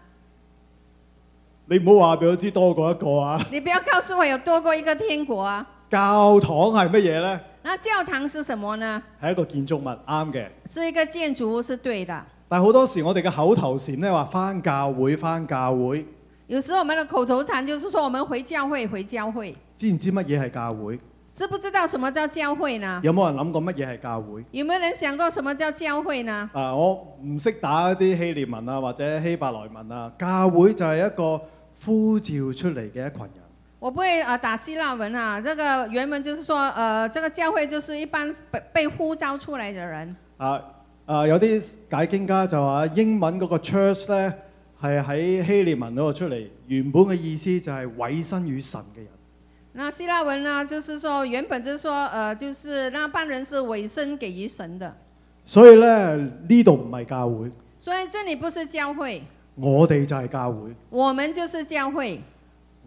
Speaker 3: 你唔好話俾我知多過一個啊！
Speaker 2: 你不要告诉我有多过一个天国啊。
Speaker 3: 教堂係乜嘢呢？
Speaker 2: 那教堂是什么呢？
Speaker 3: 係一個建築物，啱嘅。
Speaker 2: 是一個建築物是对的。
Speaker 3: 但係好多時我哋嘅口頭禪呢，話翻教會，翻教會，
Speaker 2: 有时候我们的口头禅就是说我们回教会，回教会，
Speaker 3: 知唔知乜嘢係教會？
Speaker 2: 知不知道什么叫教会呢？
Speaker 3: 有冇人諗過乜嘢係教會？
Speaker 2: 有没有人想过什么叫教会呢？
Speaker 3: 啊，我唔識打一啲希臘文啊，或者希伯來文啊。教會就係一個呼召出嚟嘅一群人，
Speaker 2: 我不会呃打希腊文啊，这个原文就是说呃这个教会就是一般被被呼召出来的人。
Speaker 3: 啊啊，有啲解經家就話啊英文嗰個 church 呢，係喺希臘文嗰度出嚟，原本嘅意思就係委身於神嘅人。
Speaker 2: 那希腊文呢，就是说原本就是说，呃，就是那半人是委身给于神的，
Speaker 3: 所以呢，呢度唔係教會，
Speaker 2: 所以这里不是教会，
Speaker 3: 我哋就係教會。
Speaker 2: 我们就是教会，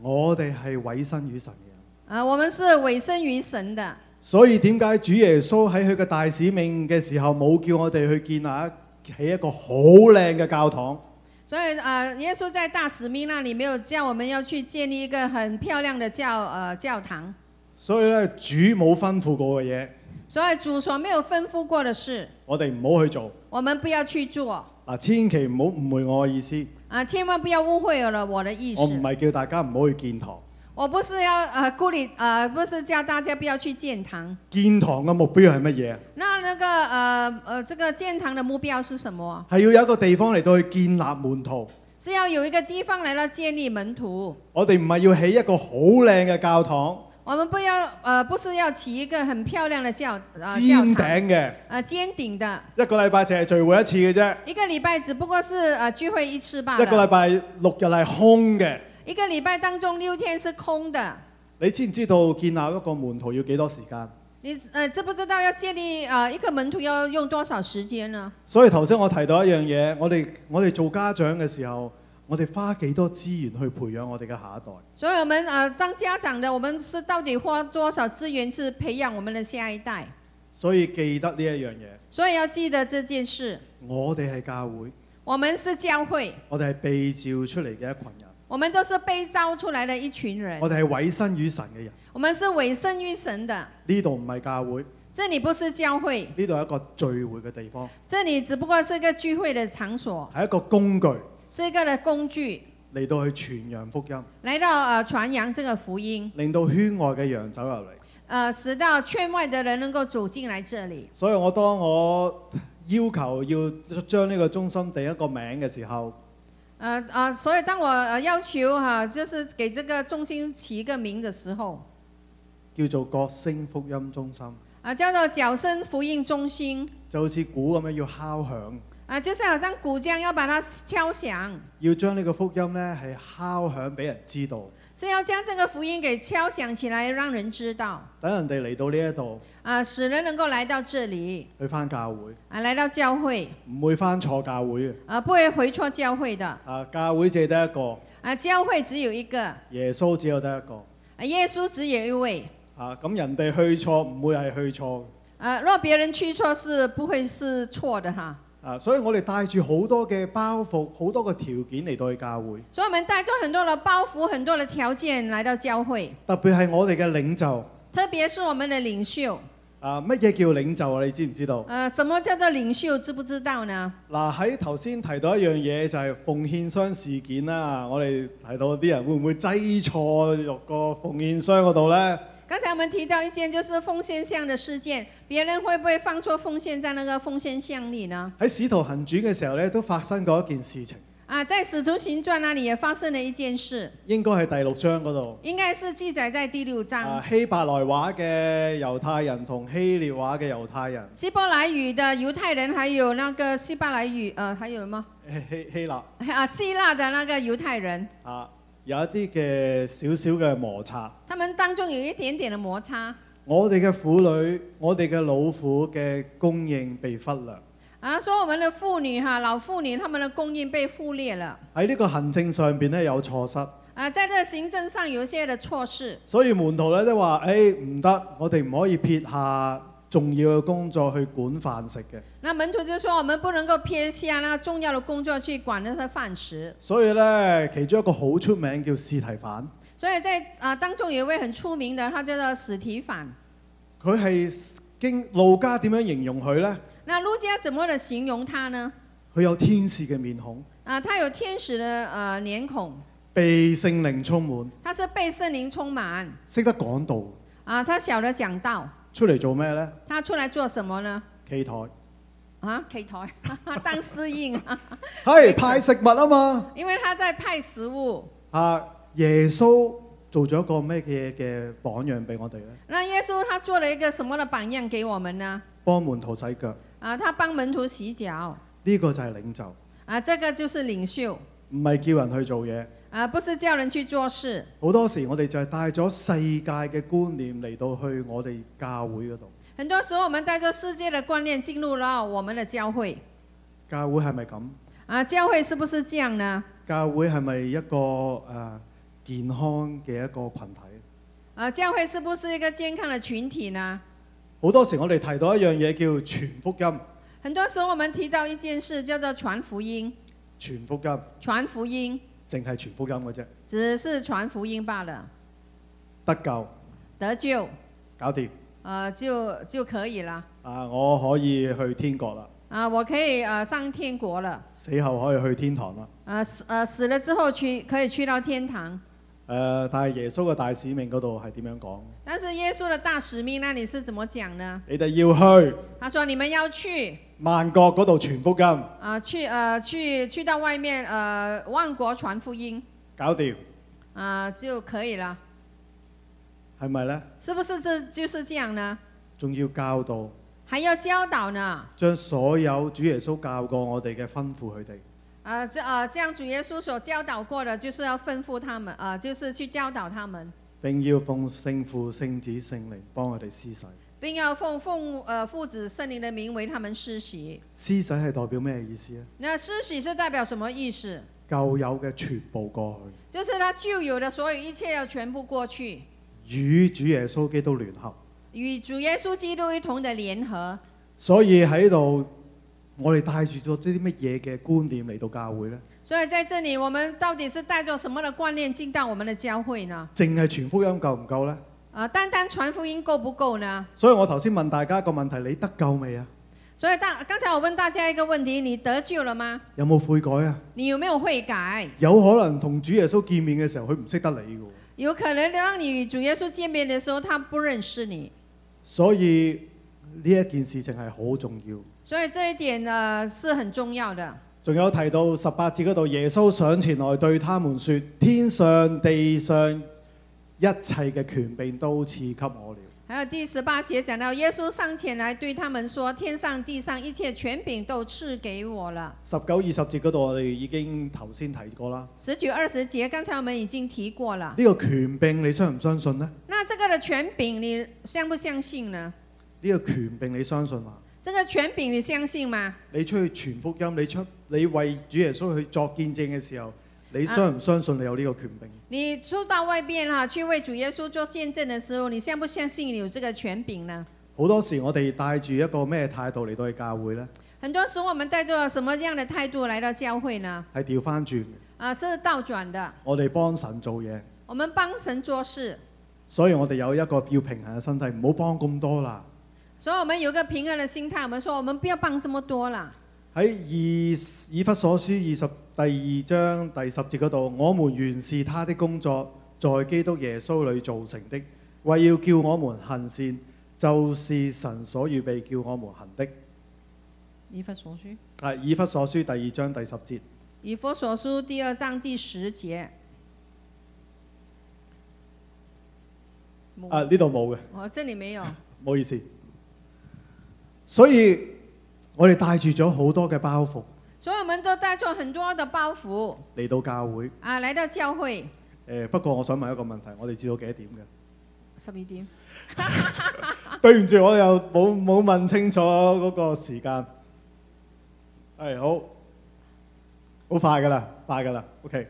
Speaker 3: 我哋係委身於神嘅人，
Speaker 2: 啊、我们是委身于神的。
Speaker 3: 所以點解主耶穌喺佢嘅大使命嘅時候冇叫我哋去建立一起一個好靚嘅教堂？
Speaker 2: 所以，呃，耶稣在大使命那里没有叫我们要去建立一个很漂亮的教呃教堂，
Speaker 3: 所以咧，主冇吩咐過嘅嘢，
Speaker 2: 所以主所没有吩咐过的事，
Speaker 3: 我哋唔好去做。
Speaker 2: 我们不要去做，
Speaker 3: 嗱，千祈唔好誤會我嘅意思，
Speaker 2: 啊、千万不要误会了我的意思。
Speaker 3: 我唔係叫大家唔好去建堂。
Speaker 2: 我不是要呃孤立呃，不是叫大家不要去建堂。
Speaker 3: 建堂嘅目標係乜嘢？
Speaker 2: 那那个呃呃，这个建堂的目标是什么？
Speaker 3: 係要有一個地方嚟到去建立門徒。
Speaker 2: 是要有一个地方来到建立门徒。
Speaker 3: 我哋唔係要起一個好靚嘅教堂，
Speaker 2: 我们不要呃，不是要起一个很漂亮的教呃
Speaker 3: 尖
Speaker 2: 教堂，
Speaker 3: 頂嘅，
Speaker 2: 呃尖顶的，
Speaker 3: 一個禮拜淨係聚會一次嘅啫，
Speaker 2: 一个礼拜只不过是呃聚会一次罢
Speaker 3: 一個禮
Speaker 2: 了。
Speaker 3: 拜六日係空嘅。
Speaker 2: 一个礼拜当中六天是空的。
Speaker 3: 你知唔知道建立一個門徒要幾多時間？
Speaker 2: 你呃知不知道要建立呃一个门徒要用多少时间呢？
Speaker 3: 所以頭先我提到一樣嘢，我哋我哋做家長嘅時候，我哋花幾多資源去培養我哋嘅下一代？
Speaker 2: 所以我们呃，当家长的，我们是到底花多少资源是培养我们的下一代？
Speaker 3: 所以記得呢一樣嘢，
Speaker 2: 所以要记得这件事，
Speaker 3: 我哋係教會，
Speaker 2: 我们是教会，
Speaker 3: 我哋係被召出嚟嘅一群人，
Speaker 2: 我们都是被招出来的一群人，
Speaker 3: 我哋係委身於神嘅人。
Speaker 2: 我们是委身于神的。
Speaker 3: 呢度唔係教會，
Speaker 2: 这里不是教会，
Speaker 3: 呢度係一個聚會嘅地方，
Speaker 2: 这里只不过是个聚会的场所，
Speaker 3: 係一個工具
Speaker 2: 是一个的工具，
Speaker 3: 嚟到去傳揚福音，
Speaker 2: 来到呃传扬这个福音，
Speaker 3: 令到圈外嘅羊走入嚟。
Speaker 2: 呃，使到圈外的人能够走进来这里。
Speaker 3: 所以我當我要求要將呢個中心定一個名嘅時候，
Speaker 2: 呃呃，所以当我呃要求哈、就是给这个中心起一个名的时候，
Speaker 3: 叫做角聲福音中心，
Speaker 2: 啊，叫做角声福音中心，
Speaker 3: 就好似鼓咁樣要敲響，
Speaker 2: 啊，就是好像鼓这样要把它敲响，
Speaker 3: 要將呢個福音呢係敲響俾人知道，
Speaker 2: 是要将这个福音给敲响起来，让人知道，
Speaker 3: 等人哋嚟到呢一度
Speaker 2: 啊，使人能够来到这里，
Speaker 3: 去翻教會，
Speaker 2: 啊，来到教会，
Speaker 3: 唔會翻錯教會嘅。
Speaker 2: 啊，不会回错教会的，
Speaker 3: 啊，教會只係得一個，
Speaker 2: 啊，教会只有一个，
Speaker 3: 耶穌只有得一個。
Speaker 2: 啊，耶稣只有一位，
Speaker 3: 啊，咁人哋去錯唔會係去錯嘅。
Speaker 2: 啊，若别人去错是不会是错的哈，
Speaker 3: 啊，所以我哋帶住好多嘅包袱，好多嘅條件嚟到去教會，
Speaker 2: 所以我们带着很多的包袱，很多的条件来到教会，
Speaker 3: 特別係我哋嘅領袖。
Speaker 2: 特别是我们的领袖，
Speaker 3: 啊，乜嘢叫領袖啊？你知唔知道？
Speaker 2: 呃，什么叫做领袖，知不知道呢？
Speaker 3: 嗱喺頭先提到一樣嘢就係奉獻箱事件啦，我哋提到啲人會唔會擠錯入個奉獻箱嗰度呢？
Speaker 2: 刚才我们提到一件就是奉献箱的事件，别人会不会放错奉献在那个奉献箱里呢？
Speaker 3: 喺使徒行傳嘅時候呢，都發生過一件事情，
Speaker 2: 啊，在《使徒行传》那里也发生了一件事，
Speaker 3: 應該係第六章嗰度。
Speaker 2: 应该是记载在第六章。
Speaker 3: 啊，希伯來話嘅猶太人同希列話嘅猶太人，
Speaker 2: 希伯来语的犹太人，还有那个希伯来语，呃，还有什么？
Speaker 3: 希希希臘
Speaker 2: 啊，希腊的那个犹太人，
Speaker 3: 啊，有一啲嘅少少嘅摩擦。
Speaker 2: 他们当中有一点点的摩擦。
Speaker 3: 我哋嘅婦女，我哋嘅老婦嘅供應被忽略。
Speaker 2: 啊，说我们的妇女哈，老妇女她们的供应被忽略了。
Speaker 3: 喺呢個行政上邊呢，有錯失。
Speaker 2: 啊，在这行政上有一些的措施，
Speaker 3: 所以門徒咧都話：，誒唔得，我哋唔可以撇下重要嘅工作去管飯食嘅。
Speaker 2: 那门徒就说我们不能够撇下那重要的工作去管那些饭食。
Speaker 3: 所以咧，其中一個好出名叫司提反，
Speaker 2: 所以在啊、当中有一位很出名的，他叫做史提反。
Speaker 3: 佢係經路家點樣形容佢呢？
Speaker 2: 那路加怎么的形容他呢？
Speaker 3: 佢有天使嘅面孔，
Speaker 2: 啊、他有天使的呃脸孔，
Speaker 3: 被聖靈充滿，
Speaker 2: 他是被圣灵充满
Speaker 3: 識得講道。
Speaker 2: 啊、他晓得讲道，
Speaker 3: 出嚟做咩呢？
Speaker 2: 他出来做什么呢？
Speaker 3: 企台
Speaker 2: 啊，K 台 当司印，
Speaker 3: 係派食物啊嘛。
Speaker 2: 因为他在派食物。
Speaker 3: 啊，耶穌做咗一個咩嘢嘅榜樣俾我哋呢？
Speaker 2: 那耶稣他做了一个什么的榜样给我们呢？
Speaker 3: 幫門徒洗腳，呢、
Speaker 2: 啊、他帮門徒洗脚，啊、
Speaker 3: 個就係領袖，
Speaker 2: 这个就是领袖。
Speaker 3: 唔係叫人去做嘢。
Speaker 2: 啊，不是叫人去做事。
Speaker 3: 好多時我哋就係帶咗世界嘅觀念嚟到去我哋教會嗰度，
Speaker 2: 很多时候，我们带着世界的观念进入了我们的教会。
Speaker 3: 教會係咪咁？
Speaker 2: 啊，教会是不是这样呢？
Speaker 3: 教會係咪一個誒、呃健康嘅一個群體？
Speaker 2: 啊，教会是不是一个健康的群体呢？
Speaker 3: 好多時我哋提到一樣嘢叫全福音，
Speaker 2: 很多时候，我们提到一件事，叫做传福音。
Speaker 3: 全福音
Speaker 2: 传福音
Speaker 3: 淨係全福音嘅啫，
Speaker 2: 只是传福音罢了，
Speaker 3: 得救
Speaker 2: 得救，
Speaker 3: 搞掂
Speaker 2: 呃，就就可以了。
Speaker 3: 啊！我可以去天國啦，
Speaker 2: 啊，我可以呃上天国了。
Speaker 3: 死後可以去天堂啦。
Speaker 2: 呃死呃死了之后去可以去到天堂，
Speaker 3: 誒、但係耶穌嘅大使命嗰度係點樣講？
Speaker 2: 但是耶稣的大使命那里是怎么讲呢？
Speaker 3: 你哋要去
Speaker 2: 他说：你们要去，
Speaker 3: 萬國嗰度全福音，
Speaker 2: 啊、去呃去去到外面呃万国传福音
Speaker 3: 搞掂
Speaker 2: 啊、就可以了，
Speaker 3: 係咪呢？
Speaker 2: 是不是这就是这样呢？
Speaker 3: 仲要教導。
Speaker 2: 还要教导呢？
Speaker 3: 將所有主耶穌教過我哋嘅吩咐佢哋，
Speaker 2: 啊，这啊，这样主耶稣所教导过的，就是要吩咐他们啊、就是去教导他们，
Speaker 3: 並要奉聖父、聖子、聖靈幫佢哋施洗。
Speaker 2: 并要奉奉呃父子圣灵的名为他们施洗。
Speaker 3: 施洗係代表咩意思咧？
Speaker 2: 那施洗是代表什么意思？
Speaker 3: 舊有嘅全部過
Speaker 2: 就是他旧有的所有一切要全部过去，
Speaker 3: 去，與主耶穌基督聯合。
Speaker 2: 与主耶稣基督一同的联合。
Speaker 3: 所以喺度，我哋帶住咗啲乜嘢嘅觀念嚟到教會呢？
Speaker 2: 所以在这里，我们到底是带着什么的观念进到我们的教会呢？
Speaker 3: 淨係全福音夠唔夠呢？
Speaker 2: 啊，单单传福音够不够呢？
Speaker 3: 所以我頭先問大家一個問題：你得救未啊？
Speaker 2: 所以大刚才我问大家一个问题：你得救了吗？
Speaker 3: 有冇悔改啊？
Speaker 2: 你有没有悔改？
Speaker 3: 有可能同主耶穌見面嘅時候，佢唔識得你嘅喎。
Speaker 2: 有可能当你与主耶稣见面的时候，他不认识你，
Speaker 3: 所以呢一件事情係好重要。
Speaker 2: 所以这一点呢是很重要的。
Speaker 3: 仲有提到十八節嗰度，耶穌上前來對他們說：天上地上一切嘅權柄都賜給我了。
Speaker 2: 还有第十八节讲到，耶稣上前来对他们说：“天上地上一切权柄都赐给我了。
Speaker 3: 十九、二十節嗰度，我哋已經頭先提過啦。”
Speaker 2: 十九、二十节，刚才我们已经提过了。
Speaker 3: 呢、個權柄你相唔相信呢？
Speaker 2: 那这个的权柄，你相不相信呢？
Speaker 3: 呢、個權柄你相信嘛？
Speaker 2: 这个权柄你相信吗？
Speaker 3: 你出去傳福音，你出你為主耶穌去作見證嘅時候，你相唔相信你有呢個權柄？
Speaker 2: 你出到外边哈、去为主耶稣做见证的时候，你相不相信你有这个权柄呢？
Speaker 3: 好多時我哋帶住一個咩態度嚟到去教會呢？
Speaker 2: 很多时候我们带着什么样的态度来到教会呢？
Speaker 3: 係調翻轉，
Speaker 2: 啊，是倒转的。
Speaker 3: 我哋幫神做嘢，
Speaker 2: 我们幫神做事，
Speaker 3: 所以我哋有一個要平衡嘅身體，唔好幫咁多啦。
Speaker 2: 所以我们有个平衡的心态。我们说，我们不要幫这么多啦。
Speaker 3: 喺以以弗所書二十第二章第十節嗰度，我們原是他的工作，在基督耶穌裏造成的，為要叫我們行善，就是神所預備叫我們行的。
Speaker 2: 以佛所书，
Speaker 3: 啊，以弗所書第二章第十節，
Speaker 2: 以佛所书第二章第十节。
Speaker 3: 啊呢度冇嘅，
Speaker 2: 我哦这里没有，
Speaker 3: 唔好意思。所以我哋帶住咗好多嘅包袱
Speaker 2: 所以我们都带着很多的包袱
Speaker 3: 嚟到教會。誒、
Speaker 2: 啊，来到教会。
Speaker 3: 不過我想問一個問題，我哋知道幾多點嘅？
Speaker 2: 十二点，
Speaker 3: 對唔住，我又冇冇問清楚嗰個時間。係好，好快噶啦，快噶啦，OK。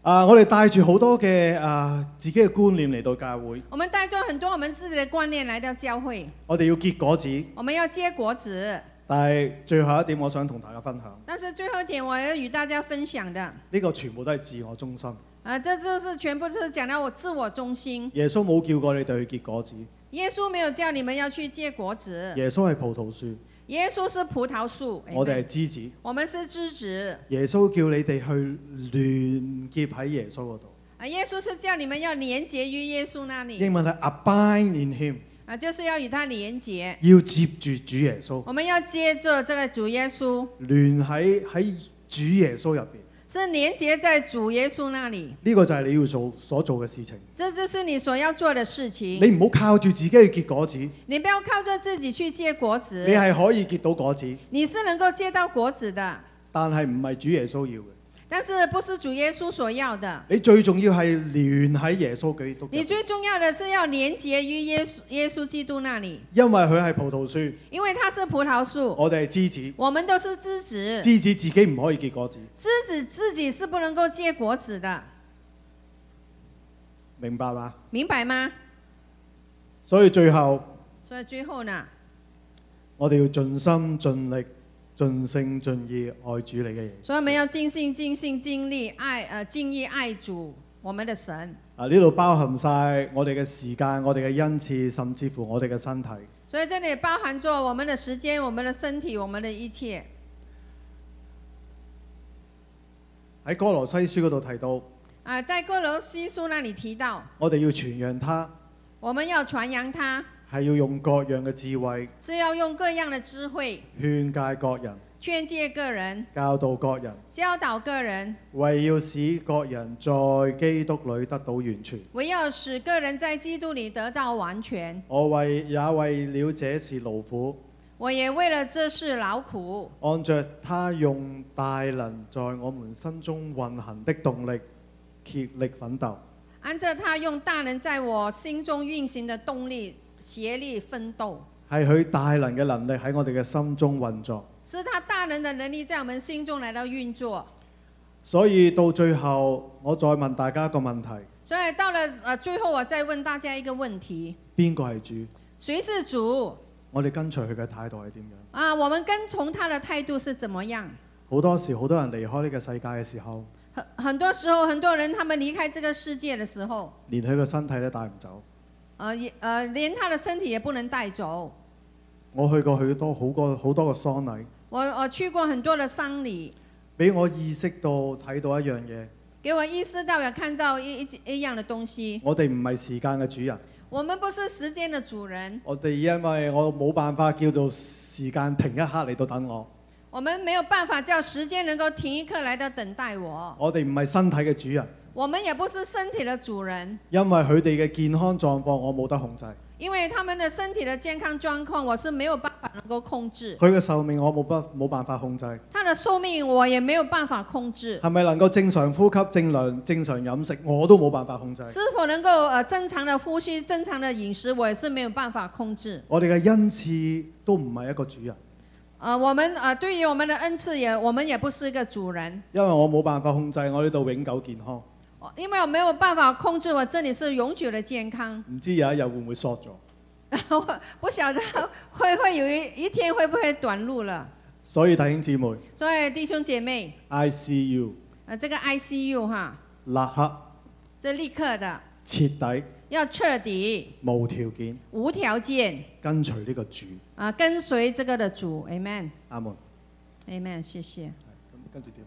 Speaker 3: 啊，我哋帶住好多嘅啊自己嘅觀念嚟到教會，
Speaker 2: 我们带着很多我们自己的观念来到教会，
Speaker 3: 我哋要結果子。
Speaker 2: 我们要结果子。
Speaker 3: 但係最後一點，我想同大家分享，呢、
Speaker 2: 但是最后一点，我要與大家分享的，
Speaker 3: 個全部都係自我中心。
Speaker 2: 啊，这就是全部是讲到我自我中心。
Speaker 3: 耶穌冇叫過你哋去結果子，
Speaker 2: 耶穌沒有叫你们要去结果子，
Speaker 3: 耶穌係葡萄樹，
Speaker 2: 耶穌是葡萄树，哎
Speaker 3: 我哋係枝子。
Speaker 2: 我们是枝子
Speaker 3: 耶穌叫你哋去聯結喺耶穌嗰度，
Speaker 2: 啊。耶穌是叫你们要连结于耶穌那里
Speaker 3: 英文係 abide in Him。
Speaker 2: 啊，就是要与他连结。
Speaker 3: 要接住主耶穌，
Speaker 2: 我们要接着这个主耶穌，
Speaker 3: 聯喺喺主耶穌入邊，呢、
Speaker 2: 是连结在主耶穌那里。
Speaker 3: 個就係你要做所做嘅事情。
Speaker 2: 这就是你所要做的事情。
Speaker 3: 你唔好靠住自己去結果子，你
Speaker 2: 你不要靠着自己去结果子，
Speaker 3: 係可以結到果子，
Speaker 2: 你是能够结到果子的，
Speaker 3: 但係唔係主耶穌要嘅。
Speaker 2: 但是不是主耶穌所要的。
Speaker 3: 你最重要係聯喺耶穌基督入邊，
Speaker 2: 你最重要的是要连结于耶稣耶穌基督那里，
Speaker 3: 因為佢係葡萄樹，
Speaker 2: 因为他是葡萄树，
Speaker 3: 我哋係枝子，
Speaker 2: 我们都是枝子，
Speaker 3: 哦枝子自己唔可以結果子，
Speaker 2: 枝子自己是不能够结果子的，
Speaker 3: 明白嘛？
Speaker 2: 明白吗？
Speaker 3: 所以最後
Speaker 2: 所以最后呢，
Speaker 3: 我哋要盡心盡力、盡性盡意愛主你嘅耶
Speaker 2: 所以我
Speaker 3: 穌。
Speaker 2: 们要尽心尽心尽力爱呃敬意爱主我们的神，
Speaker 3: 啊！呢度包含晒我哋嘅時間、我哋嘅恩賜，甚至乎我哋嘅身體。
Speaker 2: 所以这里包含着我们的时间、我们的身体、我们的一切。
Speaker 3: 喺哥羅西書嗰度提到，
Speaker 2: 啊、在哥罗西书那里提到，
Speaker 3: 我哋要傳揚它，
Speaker 2: 我们要传扬它，
Speaker 3: 係要用各樣嘅智慧
Speaker 2: 是要用各样的智慧
Speaker 3: 勸戒各人、
Speaker 2: 劝诫个人、
Speaker 3: 教導各人，
Speaker 2: 教导个人，
Speaker 3: 為要使各人在基督裏得到完全。
Speaker 2: 唯要使个人在基督里得到完全。
Speaker 3: 我為也為了這事勞苦，
Speaker 2: 我也为了这事劳苦，
Speaker 3: 按着他用大能在我們心中運行的動力，竭力奮鬥。
Speaker 2: 按照他用大能在我心中运行的动力，竭力奋斗。
Speaker 3: 係佢大能嘅能力喺我哋嘅心中運作。
Speaker 2: 是他大人的能力在我们心中来到运作。
Speaker 3: 所以到最後，我再問大家一個問題：
Speaker 2: 所以到了呃最後，我再問大家一個問題：
Speaker 3: 邊個係主？
Speaker 2: 谁是主
Speaker 3: 我哋跟隨佢嘅態度係點樣？
Speaker 2: 啊？我們跟從他的態度是怎麼樣？
Speaker 3: 好多時，好多人離開呢個世界嘅時候，
Speaker 2: 很很多時候，很多人他們離開這個世界的時候，
Speaker 3: 連佢嘅身體都帶唔走。
Speaker 2: 呃也呃連他的身體也不能帶走。
Speaker 3: 我去過許多好多好多個喪禮，
Speaker 2: 我我去過很多的喪禮，
Speaker 3: 俾我意識到睇到一樣嘢：
Speaker 2: 給我意識到有看到一一一樣的東西。
Speaker 3: 我哋唔係時間嘅主人，
Speaker 2: 我們不是時間的主人，
Speaker 3: 我哋因為我冇辦法叫做時間停一刻嚟到等我，
Speaker 2: 我們沒有辦法叫時間能夠停一刻來到等待我。
Speaker 3: 我哋唔係身體嘅主人，
Speaker 2: 我們也不是身體的主人，
Speaker 3: 因為佢哋嘅健康狀況我冇得控制，
Speaker 2: 因為他們的身體的健康狀況，我是沒有辦法能夠控制。
Speaker 3: 佢嘅壽命我冇不冇辦法控制。
Speaker 2: 他的壽命我也沒有辦法控制，
Speaker 3: 係咪能夠正常呼吸、正量、正常飲食，我都冇辦法控制。
Speaker 2: 是否能夠呃正常的呼吸、正常的飲食，我也是沒有辦法控制。
Speaker 3: 我哋嘅恩賜都唔係一個主人，
Speaker 2: 呃，我們呃對於我們的恩賜也，我們也不是一個主人，
Speaker 3: 因為我冇辦法控制我呢度永久健康。
Speaker 2: 我因為我沒有辦法控制我這裡是永久的健康。
Speaker 3: 唔知有一日會唔會縮咗，
Speaker 2: 我不曉得會會有一一天會不會短路了。
Speaker 3: 所以弟兄姊妹
Speaker 2: 所以弟兄姐妹，
Speaker 3: ，I C U
Speaker 2: 呃，這個 ICU 哈，
Speaker 3: 立刻
Speaker 2: 這立刻的
Speaker 3: 徹底
Speaker 2: 要徹底
Speaker 3: 無條件
Speaker 2: 無條件呃
Speaker 3: 跟隨呢個主，
Speaker 2: 啊、跟隨這個的主，Amen，Amen，
Speaker 3: 阿門。
Speaker 2: 謝謝。
Speaker 3: 係咁跟住點？